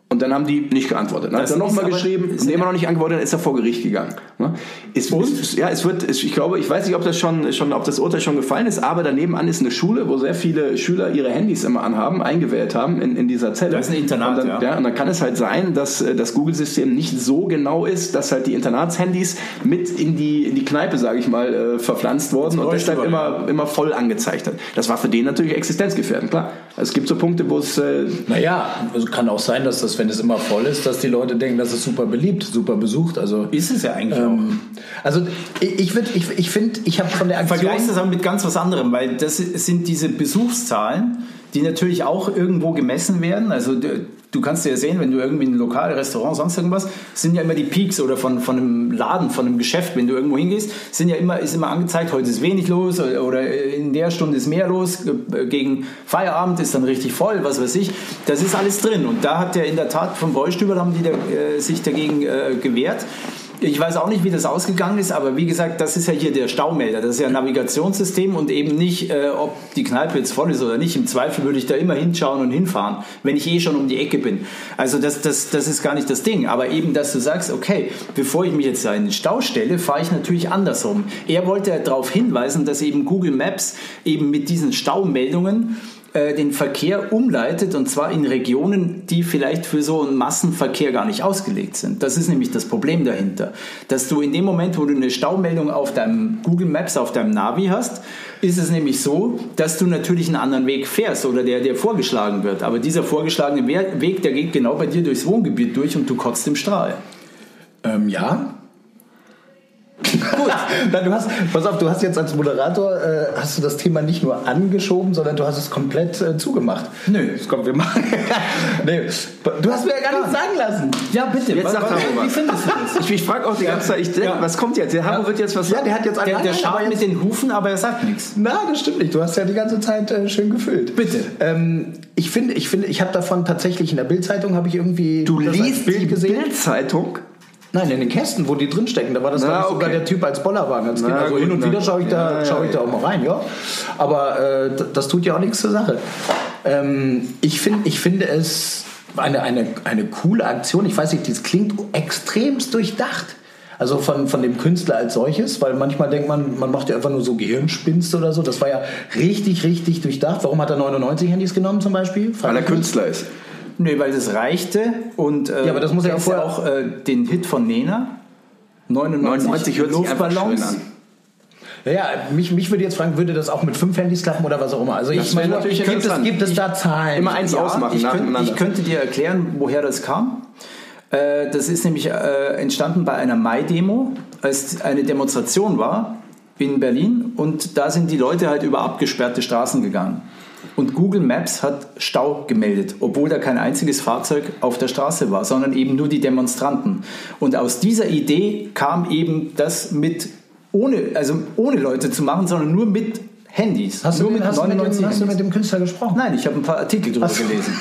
Speaker 1: Und dann haben die nicht geantwortet. Dann hat
Speaker 2: Das
Speaker 1: er
Speaker 2: ist
Speaker 1: nochmal
Speaker 2: aber-
Speaker 1: geschrieben,
Speaker 2: ist
Speaker 1: und immer noch nicht geantwortet, dann ist er vor Gericht gegangen. Ne? Ist, ist, ja, es wird, ist, ich glaube, ich weiß nicht, ob das schon, schon, ob das Urteil schon gefallen ist, aber daneben an ist eine Schule, wo sehr viele Schüler ihre Handys immer anhaben, eingewählt haben in, in dieser Zelle.
Speaker 2: Das ist ein Internat,
Speaker 1: und dann,
Speaker 2: ja.
Speaker 1: und dann kann es halt sein, dass äh, das Google-System nicht so genau ist, dass halt die Internatshandys mit in die, in die Kneipe, sage ich mal, äh, verpflanzt wurden und
Speaker 2: leuchtet
Speaker 1: deshalb
Speaker 2: überall.
Speaker 1: immer immer voll angezeigt hat. Das war für den natürlich existenzgefährdend, klar. Es gibt so Punkte, wo es äh,
Speaker 3: Naja, also kann auch sein, dass das, wenn es immer voll ist, dass die Leute denken, das ist super beliebt, super besucht. Also,
Speaker 2: Ist es ja eigentlich auch.
Speaker 3: ähm, also ich, ich, würd- ich, ich finde, ich habe von der
Speaker 2: Vergleich
Speaker 3: Aktion...
Speaker 2: das aber mit ganz was anderem, weil das sind diese Besuchszahlen, die natürlich auch irgendwo gemessen werden. Also du, du kannst ja sehen, wenn du irgendwie in ein Lokal, Restaurant, sonst irgendwas, sind ja immer die Peaks oder von, von einem Laden, von einem Geschäft, wenn du irgendwo hingehst, sind ja immer, ist immer angezeigt, heute ist wenig los oder, oder in der Stunde ist mehr los, äh, gegen Feierabend ist dann richtig voll, was weiß ich. Das ist alles drin. Und da hat der in der Tat von Beustüber, haben die da, äh, sich dagegen äh, gewehrt. Ich weiß auch nicht, wie das ausgegangen ist, aber wie gesagt, das ist ja hier der Staumelder. Das ist ja ein Navigationssystem und eben nicht, äh, ob die Kneipe jetzt voll ist oder nicht. Im Zweifel würde ich da immer hinschauen und hinfahren, wenn ich eh schon um die Ecke bin. Also das, das, das ist gar nicht das Ding. Aber eben, dass du sagst, okay, bevor ich mich jetzt da in den Stau stelle, fahre ich natürlich andersrum. Er wollte ja darauf hinweisen, dass eben Google Maps eben mit diesen Staumeldungen äh, den Verkehr umleitet und zwar in Regionen, die vielleicht für so einen Massenverkehr gar nicht ausgelegt sind. Das ist nämlich das Problem dahinter, dass du in dem Moment, wo du eine Staumeldung auf deinem Google Maps, auf deinem Navi hast, ist es nämlich so, dass du natürlich einen anderen Weg fährst oder der dir vorgeschlagen wird. Aber dieser vorgeschlagene We- Weg, der geht genau bei dir durchs Wohngebiet durch und du kotzt im Strahl.
Speaker 3: Ähm, ja. Gut. Nein, du hast, pass auf, du hast jetzt als Moderator äh, hast du das Thema nicht nur angeschoben, sondern du hast es komplett äh, zugemacht.
Speaker 2: Nö.
Speaker 3: Das kommt, wir machen. nee. Du hast mir ja gar nichts sagen lassen.
Speaker 2: Ja, bitte.
Speaker 1: Jetzt
Speaker 2: was-
Speaker 1: sagt
Speaker 2: was-
Speaker 1: Taro was.
Speaker 2: Wie findest du das?
Speaker 1: Ich, ich frage auch die ganze Zeit, ich denk,
Speaker 2: Ja.
Speaker 1: was kommt jetzt? Der Hammer wird jetzt was
Speaker 3: Ja,
Speaker 1: sagen.
Speaker 3: der hat jetzt
Speaker 2: Der,
Speaker 3: Nein,
Speaker 2: der
Speaker 3: nein, aber
Speaker 2: schaut
Speaker 3: jetzt-
Speaker 2: mit den Hufen, aber er sagt nichts.
Speaker 3: Na, das stimmt nicht. Du hast ja die ganze Zeit äh, schön gefüllt.
Speaker 2: Bitte.
Speaker 3: Ähm, ich finde, ich finde, ich habe davon tatsächlich in der Bildzeitung habe ich irgendwie
Speaker 1: Du
Speaker 3: das als
Speaker 1: liest die
Speaker 3: Bild gesehen.
Speaker 1: Bildzeitung?
Speaker 3: Nein, in den Kästen, wo die drin stecken, da war das
Speaker 1: Na,
Speaker 3: glaube ich, sogar
Speaker 1: okay.
Speaker 3: der Typ als Bollerwagen als Kind.
Speaker 1: Na,
Speaker 3: Also
Speaker 1: gut,
Speaker 3: hin und
Speaker 1: na,
Speaker 3: wieder
Speaker 1: gut.
Speaker 3: schaue ich da,
Speaker 1: Ja,
Speaker 3: schaue ich
Speaker 1: ja,
Speaker 3: da auch mal rein, ja. Aber äh, d- das tut ja auch nichts zur Sache. Ähm, ich finde, ich finde es eine, eine, eine coole Aktion. Ich weiß nicht, das klingt extremst durchdacht. Also von, von dem Künstler als solches, weil manchmal denkt man, man macht ja einfach nur so Gehirnspinste oder so. Das war ja richtig, richtig durchdacht. Warum hat er 99 Handys genommen zum Beispiel?
Speaker 1: Weil er Künstler ist.
Speaker 2: Nee, weil das reichte und äh,
Speaker 3: Ja, aber das muss ja
Speaker 2: kennst
Speaker 3: vorher-
Speaker 2: auch äh, den Hit von Nena 99,
Speaker 1: 99 hört sich einfach schön an.
Speaker 3: Ja, mich, mich würde jetzt fragen, würde das auch mit fünf Handys klappen oder was auch immer. Also ich
Speaker 1: wäre
Speaker 3: meine,
Speaker 1: natürlich
Speaker 3: gibt es,
Speaker 1: interessant.
Speaker 3: gibt es da Zahlen?
Speaker 1: Immer eins
Speaker 2: Ja,
Speaker 1: ausmachen ne?
Speaker 2: ich, könnte,
Speaker 1: nacheinander.
Speaker 2: ich könnte dir erklären, woher das kam. Äh, Das ist nämlich äh, entstanden bei einer Mai-Demo, als eine Demonstration war in Berlin und da sind die Leute halt über abgesperrte Straßen gegangen. Und Google Maps hat Stau gemeldet, obwohl da kein einziges Fahrzeug auf der Straße war, sondern eben nur die Demonstranten. Und aus dieser Idee kam eben das mit ohne, also ohne Leute zu machen, sondern nur mit Handys.
Speaker 3: Hast du,
Speaker 2: nur
Speaker 3: mit, hast, du mit dem, hast du mit
Speaker 2: Handys.
Speaker 3: dem Künstler gesprochen?
Speaker 2: Nein, ich habe ein paar Artikel drüber gelesen.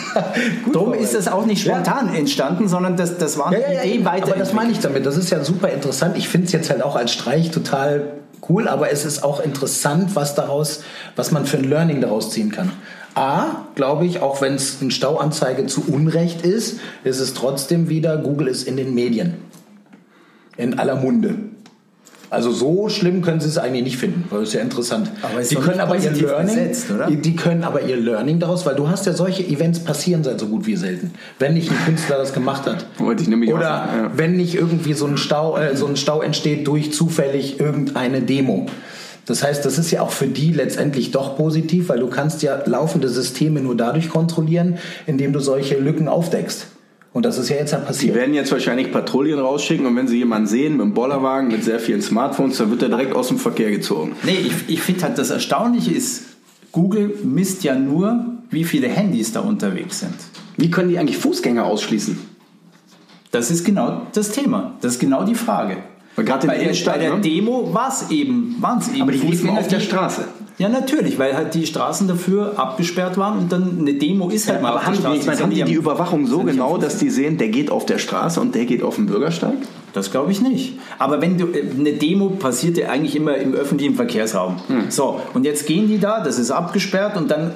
Speaker 3: Gut
Speaker 2: Drum
Speaker 3: vorbereitet.
Speaker 2: ist das auch nicht spontan entstanden, sondern das, das war
Speaker 3: Ja,
Speaker 2: eine
Speaker 3: ja, ja,
Speaker 2: Idee
Speaker 3: eben.
Speaker 2: weiter.
Speaker 3: aber das meine ich damit. Das ist ja super interessant. Ich finde es jetzt halt auch als Streich total cool, aber es ist auch interessant, was daraus, was man für ein Learning daraus ziehen kann. A, glaube ich, auch wenn es eine Stauanzeige zu Unrecht ist, ist es trotzdem wieder, Google ist in den Medien. In aller Munde. Also so schlimm können sie es eigentlich nicht finden, weil es ist ja interessant.
Speaker 2: Aber ist
Speaker 3: die
Speaker 2: doch
Speaker 3: können
Speaker 2: nicht
Speaker 3: aber ihr
Speaker 2: positiv
Speaker 3: Learning,
Speaker 2: besetzt, oder?
Speaker 3: Die, die können aber ihr Learning daraus, weil du hast ja solche Events passieren seit so gut wie selten, wenn nicht ein Künstler das gemacht hat.
Speaker 1: Wollte ich nämlich auch
Speaker 3: Oder
Speaker 1: sagen, ja.
Speaker 3: wenn nicht irgendwie so ein, Stau, äh, so ein Stau entsteht durch zufällig irgendeine Demo. Das heißt, das ist ja auch für die letztendlich doch positiv, weil du kannst ja laufende Systeme nur dadurch kontrollieren, indem du solche Lücken aufdeckst. Und das ist ja jetzt halt
Speaker 1: Die
Speaker 3: passiert.
Speaker 1: werden jetzt wahrscheinlich Patrouillen rausschicken und wenn sie jemanden sehen mit einem Bollerwagen, mit sehr vielen Smartphones, dann wird er direkt aus dem Verkehr gezogen.
Speaker 2: Nee, ich, ich finde halt, das Erstaunliche ist, Google misst ja nur, wie viele Handys da unterwegs sind.
Speaker 1: Wie können die eigentlich Fußgänger ausschließen?
Speaker 2: Das ist genau das Thema. Das ist genau die Frage.
Speaker 1: Weil gerade in
Speaker 2: bei,
Speaker 1: der
Speaker 2: der,
Speaker 1: Innenstadt,
Speaker 2: bei der
Speaker 1: ne?
Speaker 2: Demo war es eben, waren es eben
Speaker 1: Aber die liefen
Speaker 2: Fußgänger,
Speaker 1: auf der
Speaker 2: die-
Speaker 1: Straße.
Speaker 2: Ja, natürlich, weil halt die Straßen dafür abgesperrt waren und dann eine Demo ist halt mal
Speaker 1: Aber
Speaker 2: auf
Speaker 1: haben,
Speaker 2: der
Speaker 1: die,
Speaker 2: Straße.
Speaker 1: ich meine, haben die
Speaker 2: Sind
Speaker 1: die
Speaker 2: am-
Speaker 1: Überwachung so
Speaker 2: sind die am
Speaker 1: genau, dass die sehen, der geht auf der Straße und der geht auf den Bürgersteig?
Speaker 2: Das glaube ich nicht. Aber wenn du äh, eine Demo passiert ja eigentlich immer im öffentlichen Verkehrsraum. So, und jetzt gehen die da, das ist abgesperrt und dann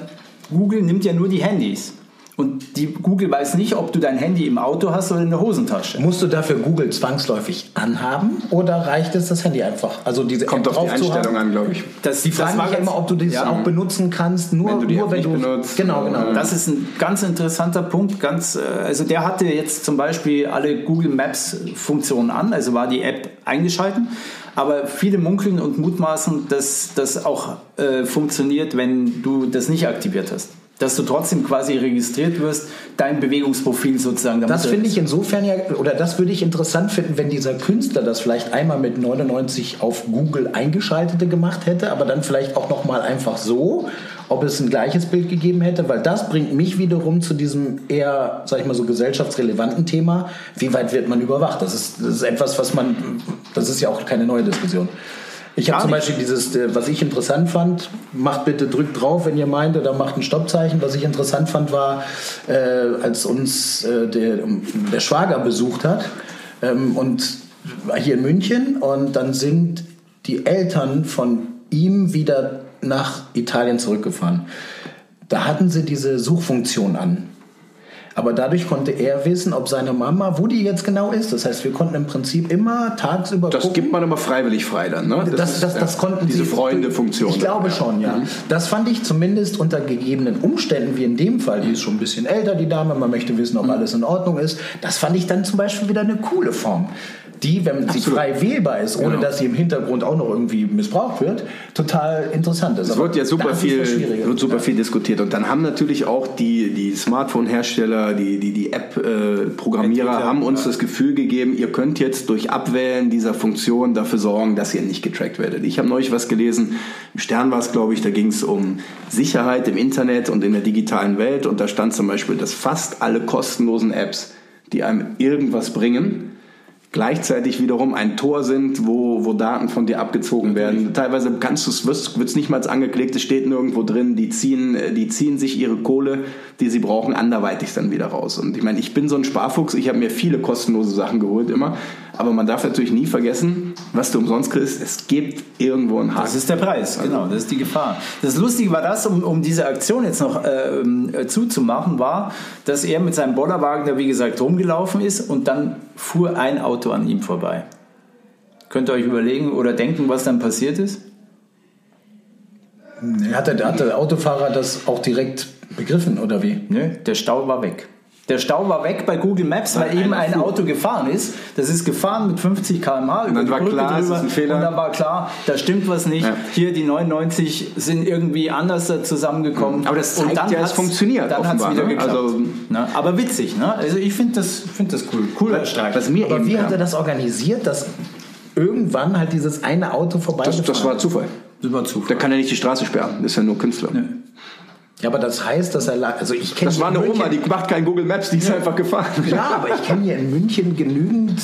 Speaker 2: Google nimmt ja nur die Handys. Und die Google weiß nicht, ob du dein Handy im Auto hast oder in der Hosentasche.
Speaker 3: Musst du dafür Google zwangsläufig anhaben oder reicht es das Handy einfach? Also diese
Speaker 1: Kommt
Speaker 3: App
Speaker 1: auf die
Speaker 3: drauf zu haben?
Speaker 1: Einstellung an, glaube ich.
Speaker 2: Das,
Speaker 3: Die fragen
Speaker 2: das war
Speaker 3: mich ja
Speaker 2: ganz-
Speaker 3: immer, ob du das
Speaker 2: Ja.
Speaker 3: auch benutzen kannst, nur
Speaker 1: Wenn du die
Speaker 3: nur
Speaker 1: App
Speaker 3: wenn
Speaker 1: nicht
Speaker 3: du
Speaker 1: benutzt. äh,
Speaker 3: Genau, genau.
Speaker 2: Das ist ein ganz interessanter Punkt. Ganz, äh, also der hatte jetzt zum Beispiel alle Google Maps Funktionen an, also war die App eingeschalten. Aber viele munkeln und mutmaßen, dass das auch äh, funktioniert, wenn du das nicht aktiviert hast. Dass du trotzdem quasi registriert wirst, dein Bewegungsprofil sozusagen. Da
Speaker 3: Das
Speaker 2: musst du-
Speaker 3: finde ich insofern ja, oder das würde ich interessant finden, wenn dieser Künstler das vielleicht einmal mit 99 auf Google eingeschaltete gemacht hätte, aber dann vielleicht auch nochmal einfach so, ob es ein gleiches Bild gegeben hätte, weil das bringt mich wiederum zu diesem eher, sag ich mal so, gesellschaftsrelevanten Thema, wie weit wird man überwacht? Das ist, das ist etwas, was man, das ist ja auch keine neue Diskussion. Ich habe
Speaker 2: Gar
Speaker 3: zum
Speaker 2: nicht.
Speaker 3: Beispiel dieses, äh, was ich interessant fand, macht bitte, drückt drauf, wenn ihr meint, oder macht ein Stoppzeichen. Was ich interessant fand, war, äh, als uns äh, der, der Schwager besucht hat, ähm, und war hier in München, und dann sind die Eltern von ihm wieder nach Italien zurückgefahren. Da hatten sie diese Suchfunktion an. Aber dadurch konnte er wissen, ob seine Mama, wo die jetzt genau ist. Das heißt, wir konnten im Prinzip immer tagsüber
Speaker 1: Das gibt man aber freiwillig frei dann, ne?
Speaker 3: das,
Speaker 1: ist,
Speaker 3: das,
Speaker 1: ja,
Speaker 3: das, konnten
Speaker 1: diese
Speaker 3: sie-
Speaker 1: Freunde-Funktion.
Speaker 3: Ich glaube
Speaker 1: Ja. Mhm.
Speaker 3: schon, ja. Das fand ich zumindest unter gegebenen Umständen, wie in dem Fall, die ist schon ein bisschen älter, die Dame, man möchte wissen, ob
Speaker 1: Mhm.
Speaker 3: alles in Ordnung ist. Das fand ich dann zum Beispiel wieder eine coole Form, die, wenn sie
Speaker 1: Absolut.
Speaker 3: frei wählbar ist, ohne
Speaker 1: Genau.
Speaker 3: dass sie im Hintergrund auch noch irgendwie missbraucht wird, total interessant ist.
Speaker 1: Es wird ja super viel, wird super
Speaker 3: super
Speaker 1: viel diskutiert. Und dann haben natürlich auch die, die Smartphone-Hersteller, die, die, die App-Programmierer haben uns das Gefühl gegeben, ihr könnt jetzt durch Abwählen dieser Funktion dafür sorgen, dass ihr nicht getrackt werdet. Ich habe neulich was gelesen, im Stern war es, glaube ich, da ging es um Sicherheit im Internet und in der digitalen Welt. Und da stand zum Beispiel, dass fast alle kostenlosen Apps, die einem irgendwas bringen, gleichzeitig wiederum ein Tor sind, wo, wo Daten von dir abgezogen werden. Teilweise kannst du es, wird es nicht mal angeklickt, es steht nirgendwo drin, die ziehen, äh, die ziehen sich ihre Kohle, die sie brauchen, anderweitig dann wieder raus. Und ich meine, ich bin so ein Sparfuchs, ich habe mir viele kostenlose Sachen geholt immer, aber man darf natürlich nie vergessen, was du umsonst kriegst, es gibt irgendwo einen
Speaker 2: Das
Speaker 1: Haken.
Speaker 2: ist der Preis, genau, das ist die Gefahr. Das Lustige war das, um, um diese Aktion jetzt noch äh, ähm, äh, zuzumachen, war, dass er mit seinem Bollerwagen da, wie gesagt, rumgelaufen ist und dann fuhr ein Auto an ihm vorbei. Könnt ihr euch überlegen oder denken, was dann passiert ist?
Speaker 3: Hat der, hat der Autofahrer das auch direkt begriffen, oder wie?
Speaker 2: Nö, der Stau war weg. Der Stau war weg bei Google Maps, weil, eben ein Auto gefahren ist. Das ist gefahren mit 50 km/h über
Speaker 1: dann
Speaker 2: die
Speaker 1: war
Speaker 2: Brücke
Speaker 1: klar, es
Speaker 2: drüber.
Speaker 1: ist ein Fehler.
Speaker 2: Und dann war klar, da stimmt was nicht.
Speaker 1: Ja.
Speaker 2: Hier die 99 sind irgendwie anders da zusammengekommen.
Speaker 1: Aber das zeigt
Speaker 2: Und dann
Speaker 1: ja, es
Speaker 2: hat's-
Speaker 1: funktioniert
Speaker 2: Dann hat es
Speaker 1: offenbar,
Speaker 2: wieder
Speaker 1: ne?
Speaker 2: geklappt.
Speaker 1: Also-
Speaker 2: ne? Aber witzig, ne? Also ich finde das, find das cool. Cooler Streik.
Speaker 1: Was mir
Speaker 3: Aber
Speaker 1: eben
Speaker 3: wie
Speaker 1: kam,
Speaker 3: hat er das organisiert, dass irgendwann halt dieses eine Auto
Speaker 1: das,
Speaker 3: vorbeigefahren
Speaker 1: das war Zufall.
Speaker 2: Das war
Speaker 1: Da
Speaker 2: Zufall.
Speaker 1: kann er nicht die Straße sperren, das ist ja nur Künstler.
Speaker 3: Ja, aber das heißt, dass er. la- Also ich kenne
Speaker 1: Das war eine Oma, die macht kein Google Maps, die ist einfach gefahren.
Speaker 3: Ja, aber ich kenne hier in München genügend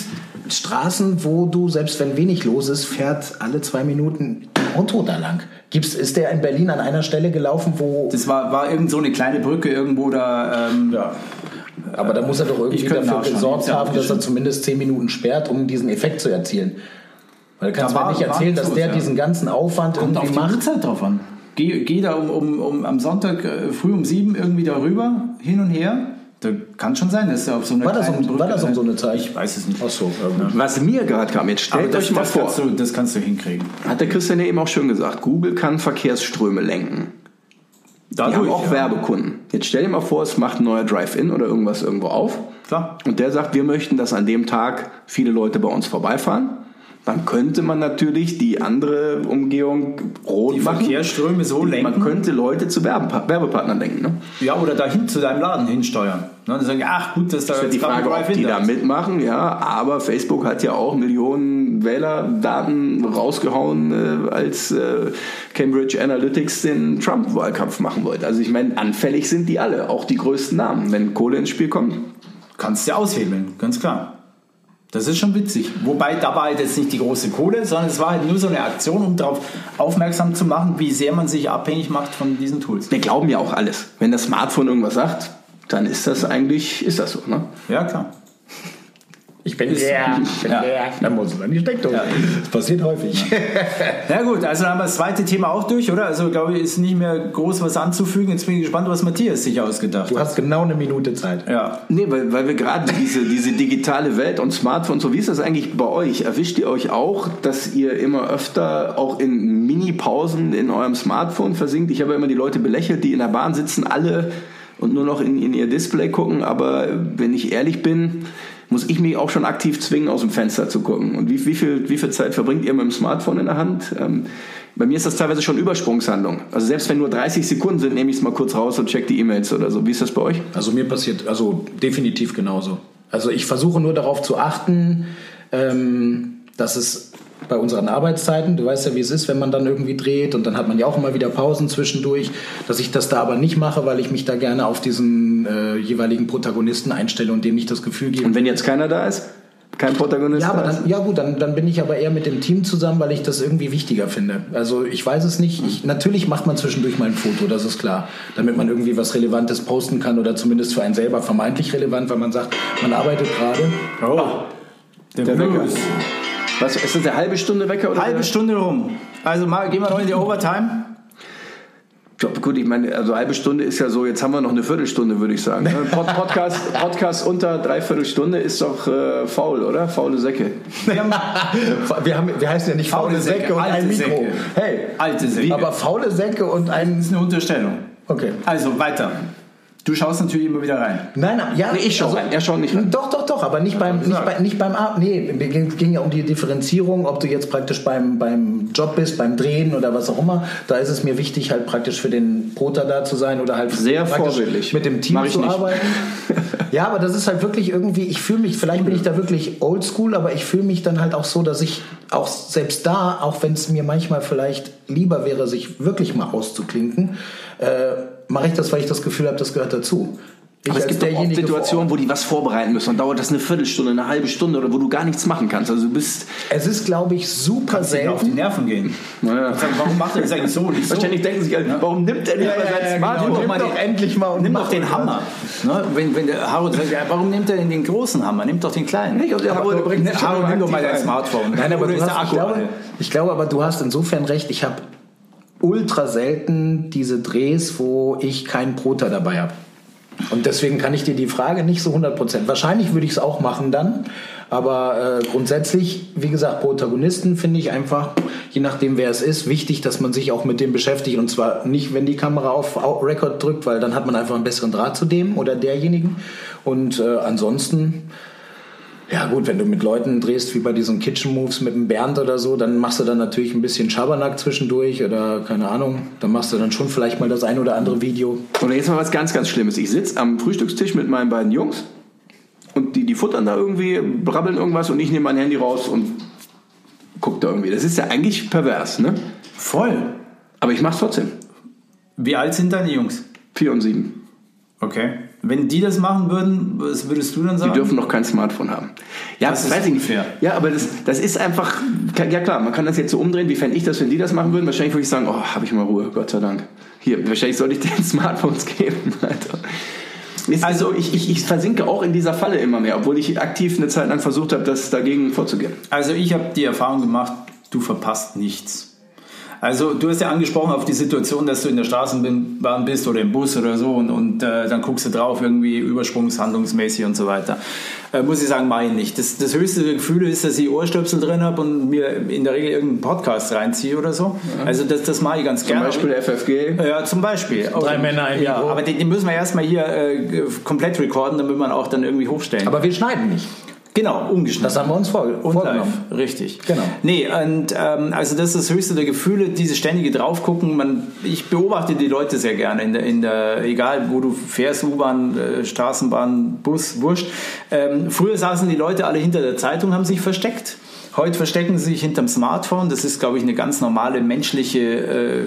Speaker 3: Straßen, wo du, selbst wenn wenig los ist, fährt alle zwei Minuten ein Auto da lang. Gibt's, ist der in Berlin an einer Stelle gelaufen, wo.
Speaker 2: Das war, war irgend so eine kleine Brücke irgendwo da. Ähm,
Speaker 3: ja. Aber da muss er doch irgendwie
Speaker 2: Ich könnte
Speaker 3: dafür
Speaker 2: nachschauen.
Speaker 3: gesorgt
Speaker 2: Ja,
Speaker 3: haben, dass er
Speaker 2: bestimmt.
Speaker 3: zumindest zehn Minuten sperrt, um diesen Effekt zu erzielen. Weil du kannst
Speaker 2: Da
Speaker 3: mir
Speaker 2: war-
Speaker 3: nicht erzählen,
Speaker 2: war
Speaker 3: dass
Speaker 2: zu,
Speaker 3: der
Speaker 2: ja.
Speaker 3: diesen ganzen Aufwand
Speaker 2: Kommt auf
Speaker 3: irgendwie
Speaker 2: die
Speaker 3: macht.
Speaker 2: Uhrzeit drauf an. Geh, geh da um, um, um am Sonntag äh, früh um sieben irgendwie darüber, hin und her. Da kann schon sein, dass er auf so einer
Speaker 3: War das,
Speaker 2: kleinen
Speaker 3: um, war das um so eine Zeit?
Speaker 2: Ich weiß es nicht.
Speaker 3: Ach so, ja, gut.
Speaker 1: Was mir gerade kam, jetzt
Speaker 2: Aber
Speaker 1: stellt
Speaker 2: das,
Speaker 1: euch mal
Speaker 2: das,
Speaker 1: vor.
Speaker 2: Kannst du, das kannst du hinkriegen.
Speaker 1: Hat der Christian ja eben auch schön gesagt, Google kann Verkehrsströme lenken.
Speaker 2: Ah,
Speaker 1: Die haben auch Werbekunden. Jetzt stell dir mal vor, es macht ein neuer Drive-In oder irgendwas irgendwo auf
Speaker 2: Klar.
Speaker 1: und der sagt, wir möchten, dass an dem Tag viele Leute bei uns vorbeifahren. Dann könnte man natürlich die andere Umgehung rot
Speaker 2: Die
Speaker 1: machen.
Speaker 2: Verkehrsströme so
Speaker 1: Man
Speaker 2: lenken.
Speaker 1: könnte Leute zu Werbepa- Werbepartnern lenken. Ne?
Speaker 2: Ja, oder dahin zu deinem Laden hinsteuern. Ne? Dann sagen, die, ach gut, dass da
Speaker 1: Das ist
Speaker 2: jetzt
Speaker 1: die
Speaker 2: gerade ein
Speaker 1: Frage, ob
Speaker 2: Drive-In
Speaker 1: die
Speaker 2: da
Speaker 1: da
Speaker 2: ist.
Speaker 1: mitmachen, ja. Aber Facebook hat ja auch Millionen Wählerdaten rausgehauen, äh, als äh, Cambridge Analytics den Trump-Wahlkampf machen wollte. Also ich meine, anfällig sind die alle, auch die größten Namen, wenn Kohle ins Spiel kommt.
Speaker 2: Kannst du aushebeln, ganz klar. Das ist schon witzig. Wobei, da war halt jetzt nicht die große Kohle, sondern es war halt nur so eine Aktion, um darauf aufmerksam zu machen, wie sehr man sich abhängig macht von diesen Tools.
Speaker 1: Wir glauben ja auch alles. Wenn das Smartphone irgendwas sagt, dann ist das eigentlich, ist das so, ne?
Speaker 2: Ja, klar.
Speaker 3: Ich bin leer, ich bin
Speaker 2: Ja.
Speaker 3: leer. Dann muss es an die Steckdose. Das passiert häufig.
Speaker 2: Na gut, also haben wir das zweite Thema auch durch, oder? Also glaube ich, ist nicht mehr groß was anzufügen. Jetzt bin ich gespannt, was Matthias sich ausgedacht
Speaker 3: Du
Speaker 2: hat.
Speaker 3: hast genau eine Minute Zeit.
Speaker 2: Ja.
Speaker 1: Nee, weil, weil wir gerade diese, diese digitale Welt und Smartphones, so wie ist das eigentlich bei euch? Erwischt ihr euch auch, dass ihr immer öfter auch in Mini-Pausen in eurem Smartphone versinkt? Ich habe ja immer die Leute belächelt, die in der Bahn sitzen, alle und nur noch in, in ihr Display gucken. Aber wenn ich ehrlich bin, muss ich mich auch schon aktiv zwingen, aus dem Fenster zu gucken. Und wie, wie, viel, wie viel Zeit verbringt ihr mit dem Smartphone in der Hand? Ähm, bei mir ist das teilweise schon Übersprungshandlung. Also selbst wenn nur 30 Sekunden sind, nehme ich es mal kurz raus und check die E-Mails oder so. Wie ist das bei euch?
Speaker 5: Also mir passiert, also definitiv genauso. Also ich versuche nur darauf zu achten, ähm, dass es bei unseren Arbeitszeiten, du weißt ja, wie es ist, wenn man dann irgendwie dreht und dann hat man ja auch immer wieder Pausen zwischendurch, dass ich das da aber nicht mache, weil ich mich da gerne auf diesen äh, jeweiligen Protagonisten einstelle und dem nicht das Gefühl gebe,
Speaker 1: Und wenn jetzt keiner da ist? Kein Protagonist?
Speaker 5: Ja, aber
Speaker 1: da ist?
Speaker 5: dann, ja gut, dann, dann bin ich aber eher mit dem Team zusammen, weil ich das irgendwie wichtiger finde. Also ich weiß es nicht. Ich, natürlich macht man zwischendurch mal ein Foto, das ist klar. Damit man irgendwie was Relevantes posten kann oder zumindest für einen selber vermeintlich relevant, weil man sagt, man arbeitet gerade.
Speaker 2: Oh. Der,
Speaker 1: Der Wecker.
Speaker 2: Blues.
Speaker 1: Was, ist das eine halbe Stunde Wecker? Oder
Speaker 2: Halbe Stunde rum. Also mal, gehen wir noch in die Overtime.
Speaker 1: Ja, gut, ich meine, also halbe Stunde ist ja so, jetzt haben wir noch eine Viertelstunde, würde ich sagen. ne? Pod Podcast, Podcast unter dreiviertel Stunde ist doch äh, faul, oder? Faule Säcke.
Speaker 2: Wir haben
Speaker 3: Wir, haben, wir heißen ja nicht faule
Speaker 2: Faule Säcke,
Speaker 3: Säcke und
Speaker 2: alte
Speaker 3: ein Mikro.
Speaker 2: Säcke.
Speaker 3: Hey,
Speaker 2: alte Serie.
Speaker 3: aber faule Säcke und
Speaker 2: das
Speaker 3: ein...
Speaker 2: ist eine Unterstellung.
Speaker 3: Okay.
Speaker 2: Also weiter. Du schaust natürlich immer wieder rein.
Speaker 3: Nein, nein, ja,
Speaker 1: ich schau
Speaker 5: also
Speaker 1: rein, er schaut nicht rein.
Speaker 3: Doch, doch, doch, aber nicht beim, nicht bei, nicht beim Ar Nee, mir ging ging ja um die Differenzierung, ob du jetzt praktisch beim, beim Job bist, beim Drehen oder was auch immer. Da ist es mir wichtig, halt praktisch für den Prota da zu sein oder halt
Speaker 1: Sehr
Speaker 3: praktisch
Speaker 1: vorbildlich.
Speaker 3: mit dem Team
Speaker 1: Mach ich
Speaker 3: zu
Speaker 1: nicht.
Speaker 3: arbeiten. ja, aber das ist halt wirklich irgendwie, ich fühle mich, vielleicht bin ich da wirklich oldschool, aber ich fühle mich dann halt auch so, dass ich auch selbst da, auch wenn es mir manchmal vielleicht lieber wäre, sich wirklich mal auszuklinken, äh, mache ich das, weil ich das Gefühl habe, das gehört dazu. Ich
Speaker 1: Aber es
Speaker 3: als
Speaker 1: gibt doch oft
Speaker 3: derjenige vor Ort-
Speaker 1: Situationen, wo die was vorbereiten müssen. Dann dauert das eine Viertelstunde, eine halbe Stunde oder wo du gar nichts machen kannst. Also du bist.
Speaker 3: Es ist, glaube ich,
Speaker 2: Dir
Speaker 3: super
Speaker 2: auf die
Speaker 3: selten.
Speaker 2: Nerven gehen.
Speaker 1: Naja.
Speaker 2: Sag, Warum macht er das eigentlich so und nicht so?
Speaker 1: Wahrscheinlich denken sich alle, warum nimmt er nicht mal sein Smartphone?
Speaker 2: genau. Nimm
Speaker 1: Mal
Speaker 2: doch
Speaker 1: die-
Speaker 3: endlich mal und
Speaker 2: Nimm doch den Hammer. Ne? Wenn, wenn der Harold sagt, ja, warum nimmt er denn den großen Hammer? Nimm doch den kleinen.
Speaker 1: Nicht, und der Harold bringt sich
Speaker 2: Harold,
Speaker 1: schon
Speaker 2: nimm doch
Speaker 1: mal
Speaker 2: mal dein
Speaker 1: aktiv
Speaker 2: Smartphone.
Speaker 5: Nein, aber
Speaker 2: Oder
Speaker 5: du
Speaker 2: ist der
Speaker 5: hast, ich,
Speaker 2: Akku alle?
Speaker 5: glaube,
Speaker 3: Ich glaube aber, du hast insofern recht. Ich habe ultra selten diese Drehs, wo ich keinen Proter dabei habe. Und deswegen kann ich dir die Frage nicht so 100%. Wahrscheinlich würde ich es auch machen dann. Aber äh, grundsätzlich, wie gesagt, Protagonisten finde ich einfach, je nachdem wer es ist, wichtig, dass man sich auch mit dem beschäftigt. Und zwar nicht, wenn die Kamera auf Au- Record drückt, weil dann hat man einfach einen besseren Draht zu dem oder derjenigen. Und äh, ansonsten Ja gut, wenn du mit Leuten drehst, wie bei diesen Kitchen Moves mit dem Bernd oder so, dann machst du dann natürlich ein bisschen Schabernack zwischendurch oder keine Ahnung. Dann machst du dann schon vielleicht mal das ein oder andere Video.
Speaker 1: Oder jetzt mal was ganz, ganz Schlimmes. Ich sitze am Frühstückstisch mit meinen beiden Jungs und die, die futtern da irgendwie, brabbeln irgendwas und ich nehme mein Handy raus und guck da irgendwie. Das ist ja eigentlich pervers, ne?
Speaker 2: Voll.
Speaker 1: Aber ich mach's trotzdem.
Speaker 2: Wie alt sind deine Jungs?
Speaker 1: Vier und sieben.
Speaker 2: Okay. Wenn die das machen würden, was würdest du dann
Speaker 1: Die
Speaker 2: sagen?
Speaker 1: dürfen noch kein Smartphone haben. Ja,
Speaker 2: Das ist
Speaker 1: weiß ich nicht.
Speaker 2: unfair.
Speaker 1: Ja, aber das, das ist einfach, ja klar, man kann das jetzt so umdrehen, wie fände ich das, wenn die das machen würden? Wahrscheinlich würde ich sagen, oh, habe ich mal Ruhe, Gott sei Dank. Hier, wahrscheinlich sollte ich den Smartphones geben, Alter. Ist also so, ich, ich, ich versinke auch in dieser Falle immer mehr, obwohl ich aktiv eine Zeit lang versucht habe, das dagegen vorzugehen.
Speaker 2: Also ich habe die Erfahrung gemacht, du verpasst nichts. Also du hast ja angesprochen auf die Situation, dass du in der Straßenbahn bist oder im Bus oder so und, und äh, dann guckst du drauf irgendwie übersprungshandlungsmäßig und so weiter. Äh, muss ich sagen, meine ich nicht. Das, das höchste Gefühl ist, dass ich Ohrstöpsel drin habe und mir in der Regel irgendeinen Podcast reinziehe oder so. Also das, das mache ich ganz
Speaker 1: Zum
Speaker 2: gerne.
Speaker 1: Beispiel FFG.
Speaker 2: Ja, zum Beispiel. Drei
Speaker 5: Männer, ein
Speaker 2: Ja,
Speaker 5: Mikro.
Speaker 2: aber den, den müssen wir erstmal hier äh, komplett recorden, damit man auch dann irgendwie hochstellen.
Speaker 5: Aber wir schneiden nicht.
Speaker 2: genau, umgeschnitten.
Speaker 3: Das haben wir uns vor,
Speaker 2: Und live,
Speaker 3: vorgenommen.
Speaker 2: richtig.
Speaker 3: Genau.
Speaker 2: Nee, und ähm, also das ist das höchste der Gefühle, diese ständige draufgucken. Man, ich beobachte die Leute sehr gerne in der, in der egal wo du fährst, U-Bahn, äh, Straßenbahn, Bus, wurscht. Ähm, früher saßen die Leute alle hinter der Zeitung, haben sich versteckt. Heute verstecken sie sich hinterm Smartphone. Das ist, glaube ich, eine ganz normale menschliche,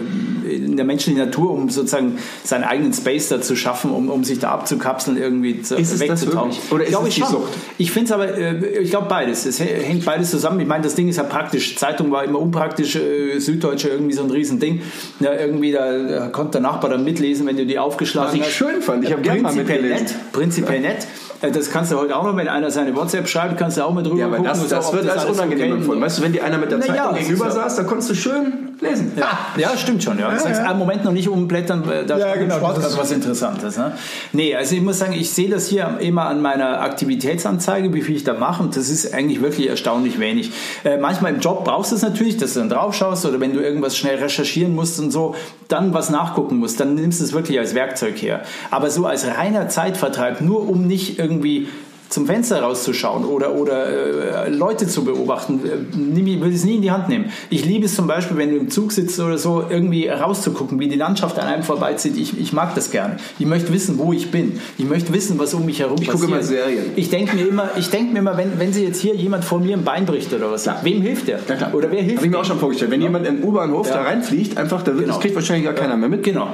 Speaker 2: äh, in der menschlichen Natur, um sozusagen seinen eigenen Space da zu schaffen, um, um sich da abzukapseln, irgendwie zu,
Speaker 1: Ist es das
Speaker 2: wegzutauchen.
Speaker 1: wirklich? Oder ist
Speaker 2: Glaube
Speaker 1: es
Speaker 2: ich
Speaker 1: die
Speaker 2: schon.
Speaker 1: Sucht?
Speaker 2: Ich finde es aber, äh, ich glaube beides. Es hä- hängt beides zusammen. Ich meine, das Ding ist ja praktisch. Zeitung war immer unpraktisch. äh, Süddeutsche irgendwie so ein Riesending. Ja, irgendwie da, da konnte der Nachbar dann mitlesen, wenn du die aufgeschlagen
Speaker 1: Was ich
Speaker 2: hast.
Speaker 1: schön fand. Ich habe gerne mal
Speaker 2: Prinzipiell
Speaker 1: mitgelesen.
Speaker 2: nett. Prinzipiell nett. Äh, Das kannst du heute auch noch, wenn einer seine WhatsApp schreibt, kannst du auch mal drüber
Speaker 1: Ja, aber
Speaker 2: gucken.
Speaker 1: das,
Speaker 2: und
Speaker 1: das
Speaker 2: ob
Speaker 1: wird als
Speaker 2: alles
Speaker 1: unangenehm
Speaker 2: okay
Speaker 1: empfunden.
Speaker 2: ist.
Speaker 1: Weißt du, wenn dir einer mit der
Speaker 2: Na ja,
Speaker 1: Zeitung
Speaker 2: das ist
Speaker 1: gegenüber
Speaker 2: so.
Speaker 1: saß, da konntest du schön lesen.
Speaker 2: Ja, stimmt schon. Ah. Ja. Du sagst, ah, Moment, noch nicht umblättern, äh, da
Speaker 3: Ja,
Speaker 2: steht im
Speaker 3: genau,
Speaker 2: Sport
Speaker 3: das
Speaker 2: gerade
Speaker 3: ist-
Speaker 2: was Interessantes. Ne? Nee, also ich muss sagen, ich sehe das hier immer an meiner Aktivitätsanzeige, wie viel ich da mache und das ist eigentlich wirklich erstaunlich wenig. Äh, manchmal im Job brauchst du es natürlich, dass du dann drauf schaust oder wenn du irgendwas schnell recherchieren musst und so, dann was nachgucken musst, dann nimmst du es wirklich als Werkzeug her. Aber so als reiner Zeitvertreib, nur um nicht irgendwie zum Fenster rauszuschauen oder, oder äh, Leute zu beobachten. Äh, nimm ich würde es nie in die Hand nehmen. Ich liebe es zum Beispiel, wenn du im Zug sitzt oder so, irgendwie rauszugucken, wie die Landschaft an einem vorbeizieht. Ich, ich mag das gerne. Ich möchte wissen, wo ich bin. Ich möchte wissen, was um mich herum
Speaker 1: Ich
Speaker 2: passiert.
Speaker 1: gucke immer Serien.
Speaker 2: Ich denke mir immer, ich denk mir immer wenn, wenn sie jetzt hier jemand vor mir ein Bein bricht oder was, wem hilft der? Oder wer hilft
Speaker 1: Habe ich mir auch
Speaker 2: dem?
Speaker 1: schon vorgestellt. Wenn jemand im U-Bahnhof da reinfliegt, einfach, da wird,
Speaker 2: Genau.
Speaker 1: das kriegt wahrscheinlich gar keiner mehr mit.
Speaker 2: Genau.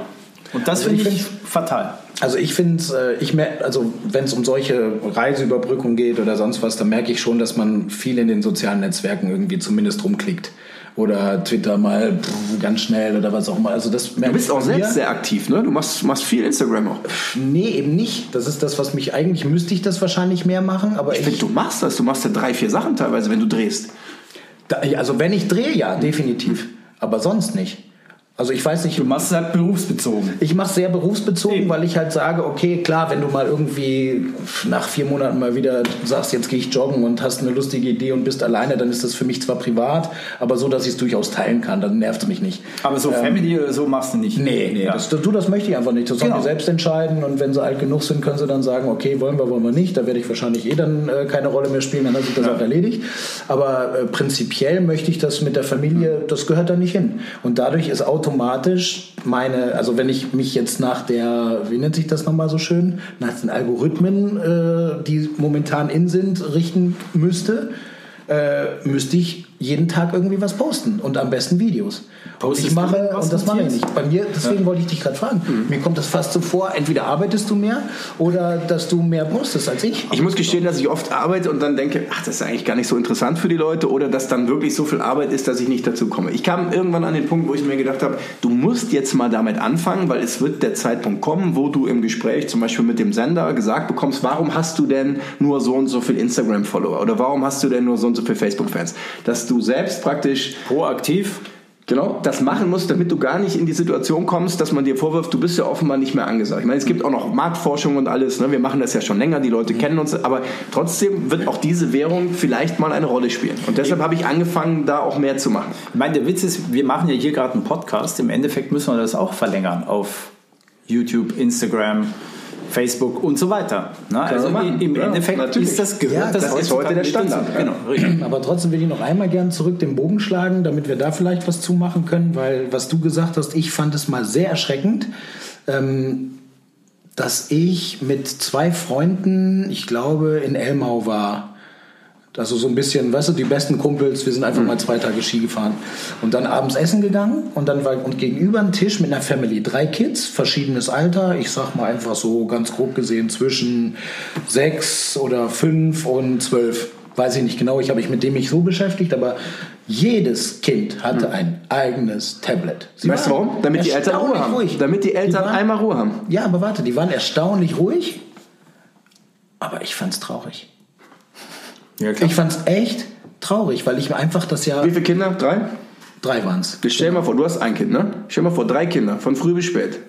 Speaker 2: Und das
Speaker 3: Also
Speaker 2: finde
Speaker 3: ich
Speaker 2: ich fatal.
Speaker 3: Also ich finde, äh, ich mer- also wenn es um solche Reiseüberbrückung geht oder sonst was, dann merke ich schon, dass man viel in den sozialen Netzwerken irgendwie zumindest rumklickt oder Twitter mal pff, ganz schnell oder was auch immer. Also das
Speaker 1: Du bist auch selbst sehr aktiv, ne? Du machst, machst viel Instagram auch.
Speaker 3: Nee, eben nicht. Das ist das, was mich eigentlich müsste ich das wahrscheinlich mehr machen, aber
Speaker 1: Ich
Speaker 3: ich,
Speaker 1: finde, du machst das. Du machst ja drei, vier Sachen teilweise, wenn du drehst.
Speaker 3: da, also wenn ich drehe, ja, definitiv, aber sonst nicht. Also ich weiß nicht,
Speaker 2: Du machst es halt berufsbezogen.
Speaker 3: Ich mache es sehr berufsbezogen,
Speaker 2: Eben.
Speaker 3: weil ich halt sage, okay, klar, wenn du mal irgendwie nach vier Monaten mal wieder sagst, jetzt gehe ich joggen und hast eine lustige Idee und bist alleine, dann ist das für mich zwar privat, aber so, dass ich es durchaus teilen kann, dann nervt es mich nicht.
Speaker 2: Aber
Speaker 1: Ähm.
Speaker 2: so Family oder so machst du nicht.
Speaker 3: Nee, nee,
Speaker 2: Ja.
Speaker 3: das, du, das möchte ich einfach nicht. Das sollen
Speaker 2: Genau.
Speaker 3: die selbst entscheiden und wenn sie alt genug sind, können sie dann sagen, okay, wollen wir, wollen wir nicht. Da werde ich wahrscheinlich eh dann äh, keine Rolle mehr spielen, dann hat sich das auch erledigt. Aber äh, prinzipiell möchte ich das mit der Familie, das gehört da nicht hin. Und dadurch ist automatisch meine, also wenn ich mich jetzt nach der, wie nennt sich das nochmal so schön, nach den Algorithmen, äh, die momentan in sind, richten müsste, äh, müsste ich jeden Tag irgendwie was posten und am besten Videos.
Speaker 2: Postest
Speaker 3: und
Speaker 2: du
Speaker 3: ich mache,
Speaker 2: was
Speaker 3: und das mache ich
Speaker 2: notierst?
Speaker 3: nicht. Bei mir, deswegen wollte ich dich gerade fragen. Mir kommt das fast so vor, entweder arbeitest du mehr oder dass du mehr postest als ich.
Speaker 1: Ich muss gestehen, dass ich oft arbeite und dann denke, ach, das ist eigentlich gar nicht so interessant für die Leute oder dass dann wirklich so viel Arbeit ist, dass ich nicht dazu komme. Ich kam irgendwann an den Punkt, wo ich mir gedacht habe, du musst jetzt mal damit anfangen, weil es wird der Zeitpunkt kommen, wo du im Gespräch zum Beispiel mit dem Sender gesagt bekommst, warum hast du denn nur so und so viel Instagram-Follower oder warum hast du denn nur so und so viel Facebook-Fans? Dass du selbst praktisch
Speaker 2: Proaktiv.
Speaker 1: Genau, das machen musst, damit du gar nicht in die Situation kommst, dass man dir vorwirft, du bist ja offenbar nicht mehr angesagt. Ich meine, es gibt auch noch Marktforschung und alles, ne? wir machen das ja schon länger, die
Speaker 3: Mhm.
Speaker 1: Leute kennen uns, aber trotzdem wird auch diese Währung vielleicht mal eine Rolle spielen. Und deshalb habe ich angefangen, da auch mehr zu machen.
Speaker 2: Ich meine, der Witz ist, wir machen ja hier gerade einen Podcast. Im Endeffekt müssen wir das auch verlängern auf YouTube, Instagram, Facebook und so weiter. Ne? Also
Speaker 1: wir machen.
Speaker 2: i- im
Speaker 1: Ja,
Speaker 2: Endeffekt
Speaker 1: natürlich.
Speaker 2: ist das gehört
Speaker 3: Ja,
Speaker 2: das,
Speaker 1: das ist
Speaker 2: heutzutage
Speaker 1: heute der
Speaker 2: mit dazu.
Speaker 1: Standard, ja.
Speaker 2: Genau, richtig.
Speaker 3: Aber trotzdem will ich noch einmal gern zurück den Bogen schlagen, damit wir da vielleicht was zumachen können, weil was du gesagt hast, ich fand es mal sehr erschreckend, ähm, dass ich mit zwei Freunden, ich glaube, in Elmau war. Also so ein bisschen, weißt du, die besten Kumpels, wir sind
Speaker 1: Mhm.
Speaker 3: einfach mal zwei Tage Ski gefahren. Und dann abends essen gegangen und dann war und gegenüber ein Tisch mit einer Family. Drei Kids, verschiedenes Alter. Ich sag mal einfach so ganz grob gesehen zwischen sechs oder fünf und zwölf. Weiß ich nicht genau, ich habe mich mit dem nicht so beschäftigt, aber jedes Kind hatte ein eigenes Tablet. Sie
Speaker 1: Mhm. weißt du
Speaker 3: waren
Speaker 1: warum? Damit die Eltern Ruhe
Speaker 3: erstaunlich
Speaker 1: haben.
Speaker 3: ruhig.
Speaker 1: Damit die Eltern
Speaker 3: waren-
Speaker 1: einmal Ruhe haben.
Speaker 3: Ja, aber warte, die waren erstaunlich ruhig, aber ich fand's traurig.
Speaker 2: Ja, klar.
Speaker 3: Ich fand's echt traurig, weil ich mir einfach das Jahr
Speaker 1: Wie viele Kinder? Drei?
Speaker 3: drei waren's.
Speaker 1: Ich stell dir mal vor, du hast ein Kind, ne? Stell dir mal vor, drei Kinder, von früh bis spät.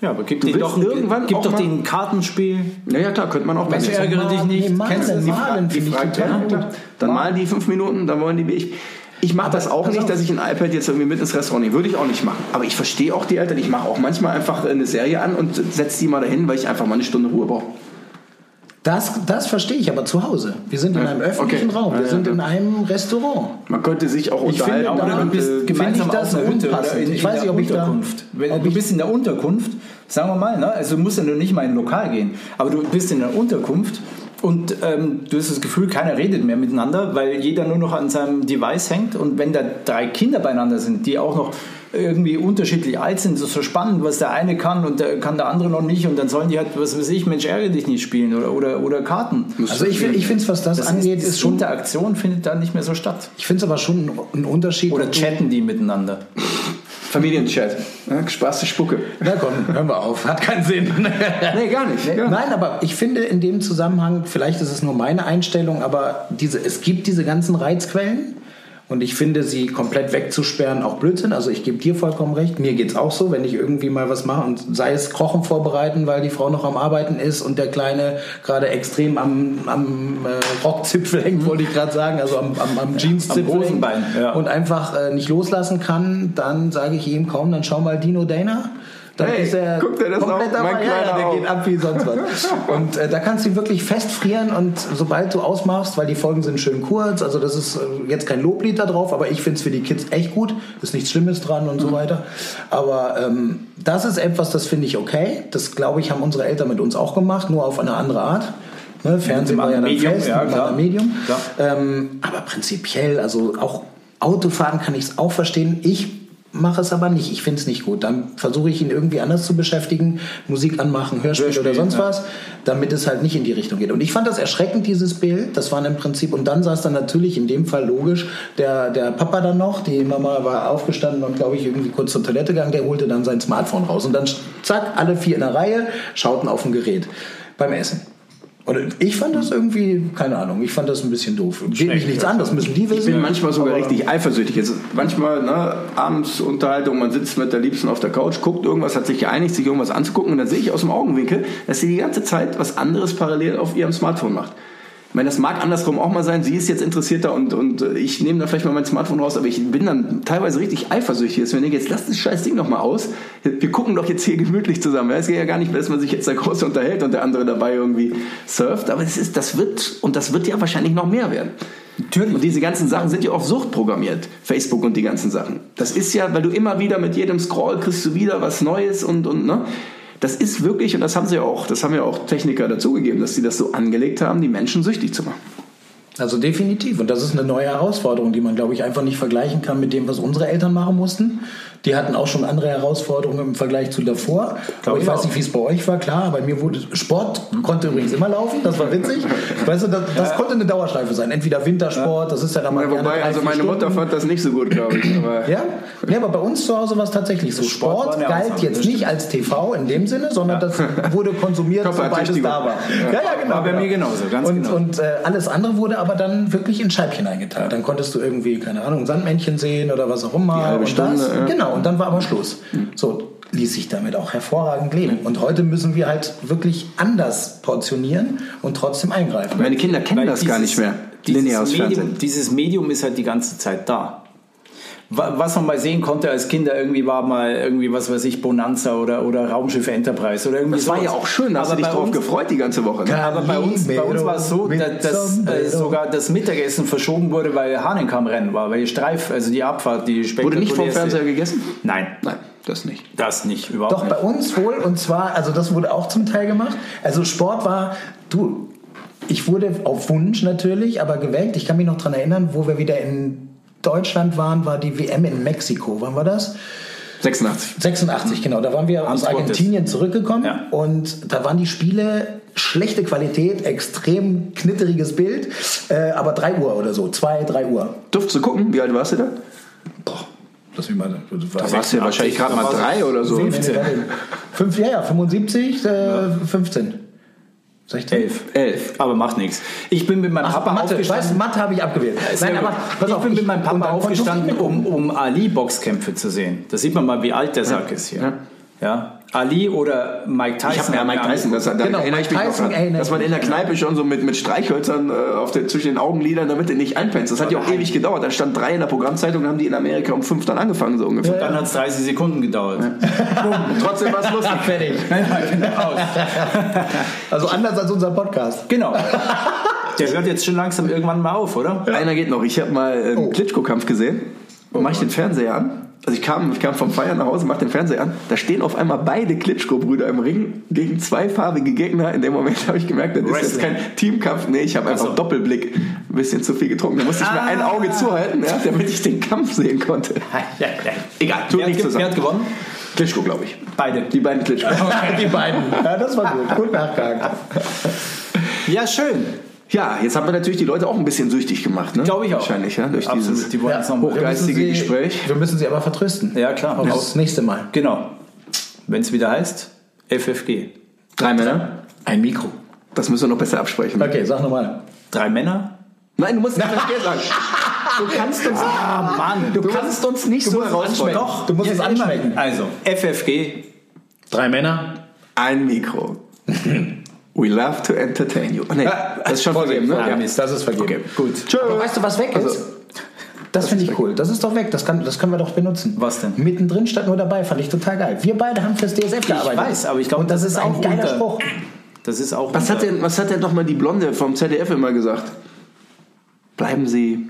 Speaker 2: ja aber gib, denen
Speaker 1: willst
Speaker 2: doch, ein-
Speaker 1: irgendwann
Speaker 2: gib
Speaker 1: auch
Speaker 2: doch
Speaker 1: mal-
Speaker 2: den Kartenspiel.
Speaker 1: Naja, klar, könnte man auch
Speaker 2: Mensch,
Speaker 1: machen.
Speaker 2: ärgere dich nicht.
Speaker 3: Nee, malen,
Speaker 2: Kennst du
Speaker 1: Die,
Speaker 3: malen
Speaker 1: Fra die
Speaker 3: finde ich
Speaker 1: fragt,
Speaker 3: total
Speaker 1: ja,
Speaker 3: gut.
Speaker 1: klar. Dann malen die fünf Minuten, dann wollen die wie ich. Ich mache das auch
Speaker 3: pass
Speaker 1: nicht,
Speaker 3: auf.
Speaker 1: dass ich ein iPad jetzt irgendwie mit ins Restaurant nehme. Würde ich auch nicht machen. Aber ich verstehe auch die Eltern. Ich mache auch manchmal einfach eine Serie an und setze die mal dahin, weil ich einfach mal eine Stunde Ruhe brauche.
Speaker 3: Das, das verstehe ich, aber zu Hause. Wir sind in einem öffentlichen
Speaker 1: okay.
Speaker 3: Raum, wir
Speaker 1: Ja, ja,
Speaker 3: sind
Speaker 1: ja.
Speaker 3: in einem Restaurant.
Speaker 1: Man könnte sich auch
Speaker 3: Ich finde,
Speaker 1: unterhalten. oder
Speaker 3: da-
Speaker 2: Oder du
Speaker 1: man könnte-
Speaker 2: bist gemeinsam
Speaker 3: ich das
Speaker 2: auf einer Hütte
Speaker 3: unpassend.
Speaker 2: oder in, in
Speaker 3: Ich weiß
Speaker 2: der
Speaker 3: nicht, ob ich da-
Speaker 2: Unterkunft. Wenn-
Speaker 3: ob
Speaker 2: du
Speaker 3: ich-
Speaker 2: bist in der Unterkunft, sagen wir mal, ne? also du musst ja nur nicht mal in ein Lokal gehen, aber du bist in der Unterkunft und ähm, du hast das Gefühl, keiner redet mehr miteinander, weil jeder nur noch an seinem Device hängt und wenn da drei Kinder beieinander sind, die auch noch irgendwie unterschiedlich alt sind, das ist so spannend, was der eine kann und der kann der andere noch nicht und dann sollen die halt, was weiß ich, Mensch, ärgere dich nicht spielen oder, oder, oder Karten.
Speaker 3: Also ich, find- ich finde es, was das,
Speaker 2: Das
Speaker 3: angeht,
Speaker 2: ist,
Speaker 3: ist,
Speaker 2: ist
Speaker 3: schon.
Speaker 2: Interaktion findet da nicht mehr so statt.
Speaker 3: Ich finde es aber schon ein Unterschied.
Speaker 2: Oder
Speaker 3: ob du-
Speaker 2: chatten die miteinander.
Speaker 1: Familienchat. Ja, Spaß Spucke.
Speaker 5: Na komm, hören wir auf. Hat keinen Sinn.
Speaker 1: Nee, gar nicht.
Speaker 3: Nee,
Speaker 1: Ja.
Speaker 3: Nein, aber ich finde in dem Zusammenhang, vielleicht ist es nur meine Einstellung, aber diese, es gibt diese ganzen Reizquellen und ich finde sie komplett wegzusperren auch Blödsinn. Also ich gebe dir vollkommen recht. Mir geht es auch so, wenn ich irgendwie mal was mache und sei es Kochen vorbereiten, weil die Frau noch am Arbeiten ist und der Kleine gerade extrem am, am äh, Rockzipfel hängt, wollte ich gerade sagen, also am, am, am Jeanszipfel
Speaker 2: am
Speaker 3: hängt
Speaker 2: Hosenbein, ja.
Speaker 3: und einfach äh, nicht loslassen kann, dann sage ich ihm, komm, dann schau mal Dino Dana. Dann
Speaker 1: Hey,
Speaker 3: ist er
Speaker 1: guckt er das
Speaker 3: komplett
Speaker 1: auch?
Speaker 3: dabei.
Speaker 1: Mein
Speaker 3: ja, ja,
Speaker 1: Kleiner
Speaker 3: der
Speaker 1: auch.
Speaker 3: geht ab wie sonst was. Und äh, da kannst du ihn wirklich festfrieren und sobald du ausmachst, weil die Folgen sind schön kurz, also das ist äh, jetzt kein Loblied da drauf, aber ich finde es für die Kids echt gut, ist nichts Schlimmes dran und so weiter. Aber ähm, das ist etwas, das finde ich okay. Das glaube ich, haben unsere Eltern mit uns auch gemacht, nur auf eine andere Art. Ne, Fernsehen war ja dann
Speaker 2: Medium,
Speaker 3: fest,
Speaker 2: ja,
Speaker 3: mit einem
Speaker 2: klar.
Speaker 3: anderen Medium.
Speaker 2: Klar.
Speaker 3: Ähm, aber prinzipiell, also auch Autofahren kann ich es auch verstehen. Ich mache es aber nicht. Ich finde es nicht gut. Dann versuche ich ihn irgendwie anders zu beschäftigen. Musik anmachen, Hörspiel,
Speaker 2: Hörspiel,
Speaker 3: oder sonst
Speaker 2: ja.
Speaker 3: was, damit es halt nicht in die Richtung geht. Und ich fand das erschreckend, dieses Bild. Das waren im Prinzip, und dann saß dann natürlich in dem Fall logisch der, der Papa dann noch. Die Mama war aufgestanden und, glaube ich, irgendwie kurz zur Toilette gegangen. Der holte dann sein Smartphone raus. Und dann, zack, alle vier in der Reihe schauten auf ein Gerät beim Essen. Oder ich fand das irgendwie, keine Ahnung, ich fand das ein bisschen doof. Geht mich nichts an, das müssen die
Speaker 1: Ich bin
Speaker 3: wissen.
Speaker 1: manchmal sogar richtig eifersüchtig. Jetzt manchmal ne, abends Unterhaltung, man sitzt mit der Liebsten auf der Couch, guckt irgendwas, hat sich geeinigt, sich irgendwas anzugucken und dann sehe ich aus dem Augenwinkel, dass sie die ganze Zeit was anderes parallel auf ihrem Smartphone macht. Ich meine, das mag andersrum auch mal sein. Sie ist jetzt interessierter und, und äh, ich nehme dann vielleicht mal mein Smartphone raus, aber ich bin dann teilweise richtig eifersüchtig. Dass ich mir denke, jetzt lass das scheiß Ding noch mal aus. Wir gucken doch jetzt hier gemütlich zusammen. Ja, Es geht ja gar nicht mehr, dass man sich jetzt da groß unterhält und der andere dabei irgendwie surft. Aber es ist, das wird, und das wird ja wahrscheinlich noch mehr werden. Natürlich. Und diese ganzen Sachen sind ja auf Sucht programmiert. Facebook und die ganzen Sachen. Das ist ja, weil du immer wieder mit jedem Scroll kriegst du wieder was Neues und, und, ne? Das ist wirklich, und das haben sie ja auch, das haben ja auch Techniker dazugegeben, dass sie das so angelegt haben, die Menschen süchtig zu machen.
Speaker 3: Also definitiv. Und das ist eine neue Herausforderung, die man, glaube ich, einfach nicht vergleichen kann mit dem, was unsere Eltern machen mussten. Die hatten auch schon andere Herausforderungen im Vergleich zu davor. Aber ich
Speaker 2: ich
Speaker 3: weiß
Speaker 2: auch.
Speaker 3: nicht, wie es bei euch war. Klar, bei mir wurde Sport konnte übrigens immer laufen. Das war witzig. Weißt du, das, das konnte eine Dauerschleife sein. Entweder Wintersport, das ist ja dann mal gerne drei, vier Stunden.
Speaker 1: also fand das nicht so gut, glaube ich. Aber
Speaker 3: Ja? ja, aber bei uns zu Hause war es tatsächlich so.
Speaker 2: Sport
Speaker 3: Sport
Speaker 2: war eine
Speaker 3: galt
Speaker 2: Ausnahme,
Speaker 3: jetzt
Speaker 2: das
Speaker 3: nicht als TV in dem Sinne, sondern das wurde konsumiert, sobald es
Speaker 1: Körperertüchtigung.
Speaker 3: da war. Ja, ja, genau.
Speaker 2: War bei
Speaker 3: genau.
Speaker 2: mir genauso, ganz
Speaker 3: und,
Speaker 2: genau.
Speaker 3: Und äh, alles andere wurde aber dann wirklich in Scheibchen eingeteilt. Dann konntest du irgendwie, keine Ahnung, Sandmännchen sehen oder was auch immer.
Speaker 1: Die halbe
Speaker 3: und das.
Speaker 1: Stunde, ja.
Speaker 3: Genau, und dann war aber Schluss.
Speaker 2: Hm.
Speaker 3: So ließ sich damit auch hervorragend leben. Und heute müssen wir halt wirklich anders portionieren und trotzdem eingreifen.
Speaker 1: Meine Kinder kennen
Speaker 2: Weil
Speaker 1: das gar
Speaker 2: dieses-
Speaker 1: nicht mehr.
Speaker 2: Dieses
Speaker 1: Lineares Fernsehen.
Speaker 2: Medium, dieses Medium ist halt die ganze Zeit da. Wa- Was man mal sehen konnte als Kinder, irgendwie war mal irgendwie, was weiß ich, Bonanza oder, oder Raumschiff Enterprise oder irgendwie
Speaker 1: Das war
Speaker 2: sowas.
Speaker 1: ja auch schön, da hast du dich
Speaker 2: bei
Speaker 1: drauf
Speaker 2: uns-
Speaker 1: gefreut die ganze Woche. Ne?
Speaker 3: Ja.
Speaker 2: Aber bei uns, bei uns war es so,
Speaker 3: Mit
Speaker 2: dass, dass äh,
Speaker 3: Sombrero.
Speaker 2: sogar das Mittagessen verschoben wurde, weil Hahnenkammrennen war, weil die Streif, also die Abfahrt, die
Speaker 1: Wurde nicht vom
Speaker 2: spektakulärste-
Speaker 1: Fernseher gegessen?
Speaker 2: Nein,
Speaker 1: Nein, das nicht.
Speaker 2: das nicht, überhaupt
Speaker 3: Doch,
Speaker 2: nicht.
Speaker 3: bei uns wohl. Und zwar, also das wurde auch zum Teil gemacht. Also Sport war, du, ich wurde auf Wunsch natürlich, aber geweckt. Ich kann mich noch dran erinnern, wo wir wieder in Deutschland waren, war die WM in Mexiko. Wann war das?
Speaker 1: 86.
Speaker 3: 86, genau. Da waren wir aus
Speaker 2: Antwort ist-
Speaker 3: Argentinien zurückgekommen
Speaker 2: Ja.
Speaker 3: und da waren die Spiele schlechte Qualität, extrem knitteriges Bild, äh, aber 3 Uhr oder so, 2, 3 Uhr.
Speaker 1: Durftest du gucken? Wie alt warst du da?
Speaker 3: Boah, das ist mir mal.
Speaker 1: Da warst du ja wahrscheinlich gerade mal drei oder so.
Speaker 3: 15. Fünf, ja, ja, 75, äh, 15. 16.
Speaker 2: Elf.
Speaker 1: Elf.
Speaker 2: Aber macht nichts. Ich bin mit meinem
Speaker 3: Ach,
Speaker 2: Papa
Speaker 3: Mathe,
Speaker 2: aufgestanden.
Speaker 3: weißt, du, Mathe habe ich abgewählt.
Speaker 2: Nein, aber ich bin mit meinem
Speaker 3: und
Speaker 2: Papa
Speaker 3: dann konnte ich nicht
Speaker 2: aufgestanden,
Speaker 3: mitgucken.
Speaker 2: um, um Ali-Boxkämpfe zu sehen. Da sieht man mal, wie alt der Sack ist hier. Ja. Ali oder Mike Tyson.
Speaker 1: Ich habe mir ja Mike Tyson, das, da
Speaker 3: Genau,
Speaker 1: erinnere ich mich
Speaker 3: Mike
Speaker 1: noch dran,
Speaker 3: Tyson erinnere
Speaker 1: dass man in der Kneipe schon so mit, mit Streichhölzern äh, auf der, zwischen den Augenlidern, damit du nicht einpennst. Das hat ja auch ewig gedauert. Da stand drei in der Programmzeitung, haben die in Amerika um fünf dann angefangen, so ungefähr.
Speaker 2: Dann hat es 30 Sekunden gedauert.
Speaker 1: Trotzdem war es lustig.
Speaker 3: Fertig.
Speaker 2: Ja, genau.
Speaker 3: Also anders als unser Podcast.
Speaker 2: genau. Der hört jetzt schon langsam irgendwann mal auf, oder?
Speaker 1: Einer geht noch. Ich habe mal einen
Speaker 3: Oh.
Speaker 1: Klitschko-Kampf gesehen.
Speaker 2: Oh
Speaker 1: Und mache ich den Fernseher an. Also ich kam, ich kam vom Feiern nach Hause, mache den Fernseher an. Da stehen auf einmal beide Klitschko-Brüder im Ring gegen zweifarbige Gegner. In dem Moment habe ich gemerkt, das ist jetzt
Speaker 2: Wrestling.
Speaker 1: kein Teamkampf. Nee, ich habe einfach
Speaker 2: so. Ah.
Speaker 1: Doppelblick. Ein bisschen zu viel getrunken. Da musste ich mir ein Auge zuhalten, ja, damit ich den Kampf sehen konnte. Egal, tut
Speaker 2: Wer hat,
Speaker 1: nichts
Speaker 2: ge- wer
Speaker 1: zusammen.
Speaker 2: hat gewonnen?
Speaker 1: Klitschko, glaube ich.
Speaker 2: Beide.
Speaker 1: Die beiden Klitschko.
Speaker 3: Die beiden. Ja, das war gut. Gut nachgehakt.
Speaker 2: Ja, schön.
Speaker 1: Ja, jetzt haben wir natürlich die Leute auch ein bisschen süchtig gemacht, ne?
Speaker 2: Glaube ich auch.
Speaker 1: Wahrscheinlich, ja, durch
Speaker 2: Absolut,
Speaker 1: dieses
Speaker 2: die wollen jetzt noch
Speaker 1: hochgeil-
Speaker 2: mal.
Speaker 1: Geistige
Speaker 3: wir müssen sie,
Speaker 1: Gespräch.
Speaker 3: Wir müssen sie aber vertrösten.
Speaker 2: Ja, klar.
Speaker 3: Auf das nächste Mal.
Speaker 2: Genau. Wenn es wieder heißt, FFG.
Speaker 1: drei Männer.
Speaker 3: Ein Mikro.
Speaker 1: Das müssen wir noch besser absprechen.
Speaker 3: Okay, sag nochmal.
Speaker 2: Drei Männer?
Speaker 1: Nein, du musst nicht FFG sagen. Du kannst uns,
Speaker 2: Ah, Mann.
Speaker 1: du kannst uns nicht so herausfordern.
Speaker 2: Doch,
Speaker 3: Du musst
Speaker 2: ja,
Speaker 3: es
Speaker 2: immer.
Speaker 3: anschmecken.
Speaker 2: Also, FFG.
Speaker 5: Drei Männer,
Speaker 1: Ein Mikro. We love to entertain you. Oh, nee, das ist schon vergeben, ne?
Speaker 3: Ja,
Speaker 1: Ja.
Speaker 3: Mist, das ist vergeben.
Speaker 1: Gut. Tschö.
Speaker 3: Aber weißt du, was weg ist?
Speaker 1: Also,
Speaker 3: das finde ich cool. Das ist doch weg. Das, kann, das können wir doch benutzen.
Speaker 2: Was denn?
Speaker 3: Mittendrin statt nur dabei. Fand ich total geil. Wir beide haben fürs DSF gearbeitet.
Speaker 2: weiß, aber ich glaube,
Speaker 3: Und das, ist auch ein geiler
Speaker 2: unter-
Speaker 3: Spruch.
Speaker 2: Das ist auch.
Speaker 1: Was
Speaker 2: unser-
Speaker 1: hat denn, was hat denn nochmal die Blonde vom ZDF immer gesagt? Bleiben Sie.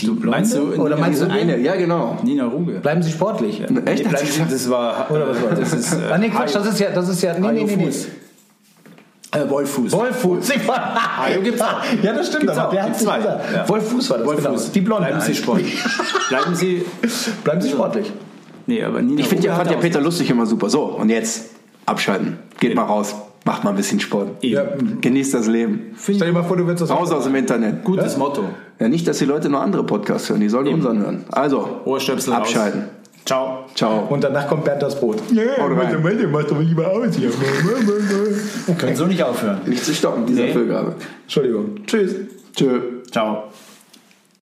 Speaker 2: Du, meinst du?
Speaker 3: Oder meinst
Speaker 1: Diese
Speaker 3: du
Speaker 1: eine, ja genau.
Speaker 2: Nina Ruge?
Speaker 3: Bleiben Sie sportlich.
Speaker 1: Echt?
Speaker 2: Nee,
Speaker 1: Hat sie
Speaker 2: bleib,
Speaker 1: gesagt?
Speaker 2: das war. Oder was war das? ist, äh,
Speaker 3: ah, nee, Quatsch, das ist ja. Das ist ja nee, nee, nee, nee.
Speaker 2: Fuß. Äh, Wolfuß.
Speaker 3: Wolfuß. Hajo
Speaker 2: gibt's auch.
Speaker 3: Ja, das stimmt.
Speaker 2: Gibt's
Speaker 3: aber
Speaker 2: auch.
Speaker 3: Der
Speaker 2: Gibt's
Speaker 3: hat's nicht
Speaker 2: zwei.
Speaker 3: gesagt.
Speaker 2: Ja.
Speaker 3: Wolfuß war das.
Speaker 2: Wolfuß.
Speaker 3: Genau. Die Blonde.
Speaker 2: Bleiben Sie
Speaker 3: eigentlich.
Speaker 2: sportlich. Bleiben Sie.
Speaker 3: Bleiben Sie sportlich.
Speaker 2: Nee, aber Nina
Speaker 1: Ich finde ja,
Speaker 2: Ruge
Speaker 1: fand
Speaker 2: hat
Speaker 1: ja
Speaker 2: auch-
Speaker 1: Peter lustig immer super. So, und jetzt abschalten. Geht mal raus. Macht mal ein bisschen Sport.
Speaker 2: Eben.
Speaker 1: Genießt das Leben.
Speaker 3: Stell dir mal vor, du würdest das
Speaker 1: Raus aus dem Internet.
Speaker 2: Gutes Motto.
Speaker 1: Ja, nicht, dass die Leute nur andere Podcasts hören. Die sollen unseren hören. Also,
Speaker 2: Ohrstöpsel raus.
Speaker 1: abschalten.
Speaker 2: Ciao.
Speaker 1: Ciao.
Speaker 3: Und danach kommt Bernd das Brot.
Speaker 1: Haut rein.
Speaker 3: mach doch lieber aus hier.
Speaker 2: Können so nicht aufhören.
Speaker 1: Nicht zu stoppen, dieser
Speaker 2: Nee.
Speaker 1: Füllgabe.
Speaker 3: Entschuldigung. Tschüss.
Speaker 1: Tschö.
Speaker 2: Ciao.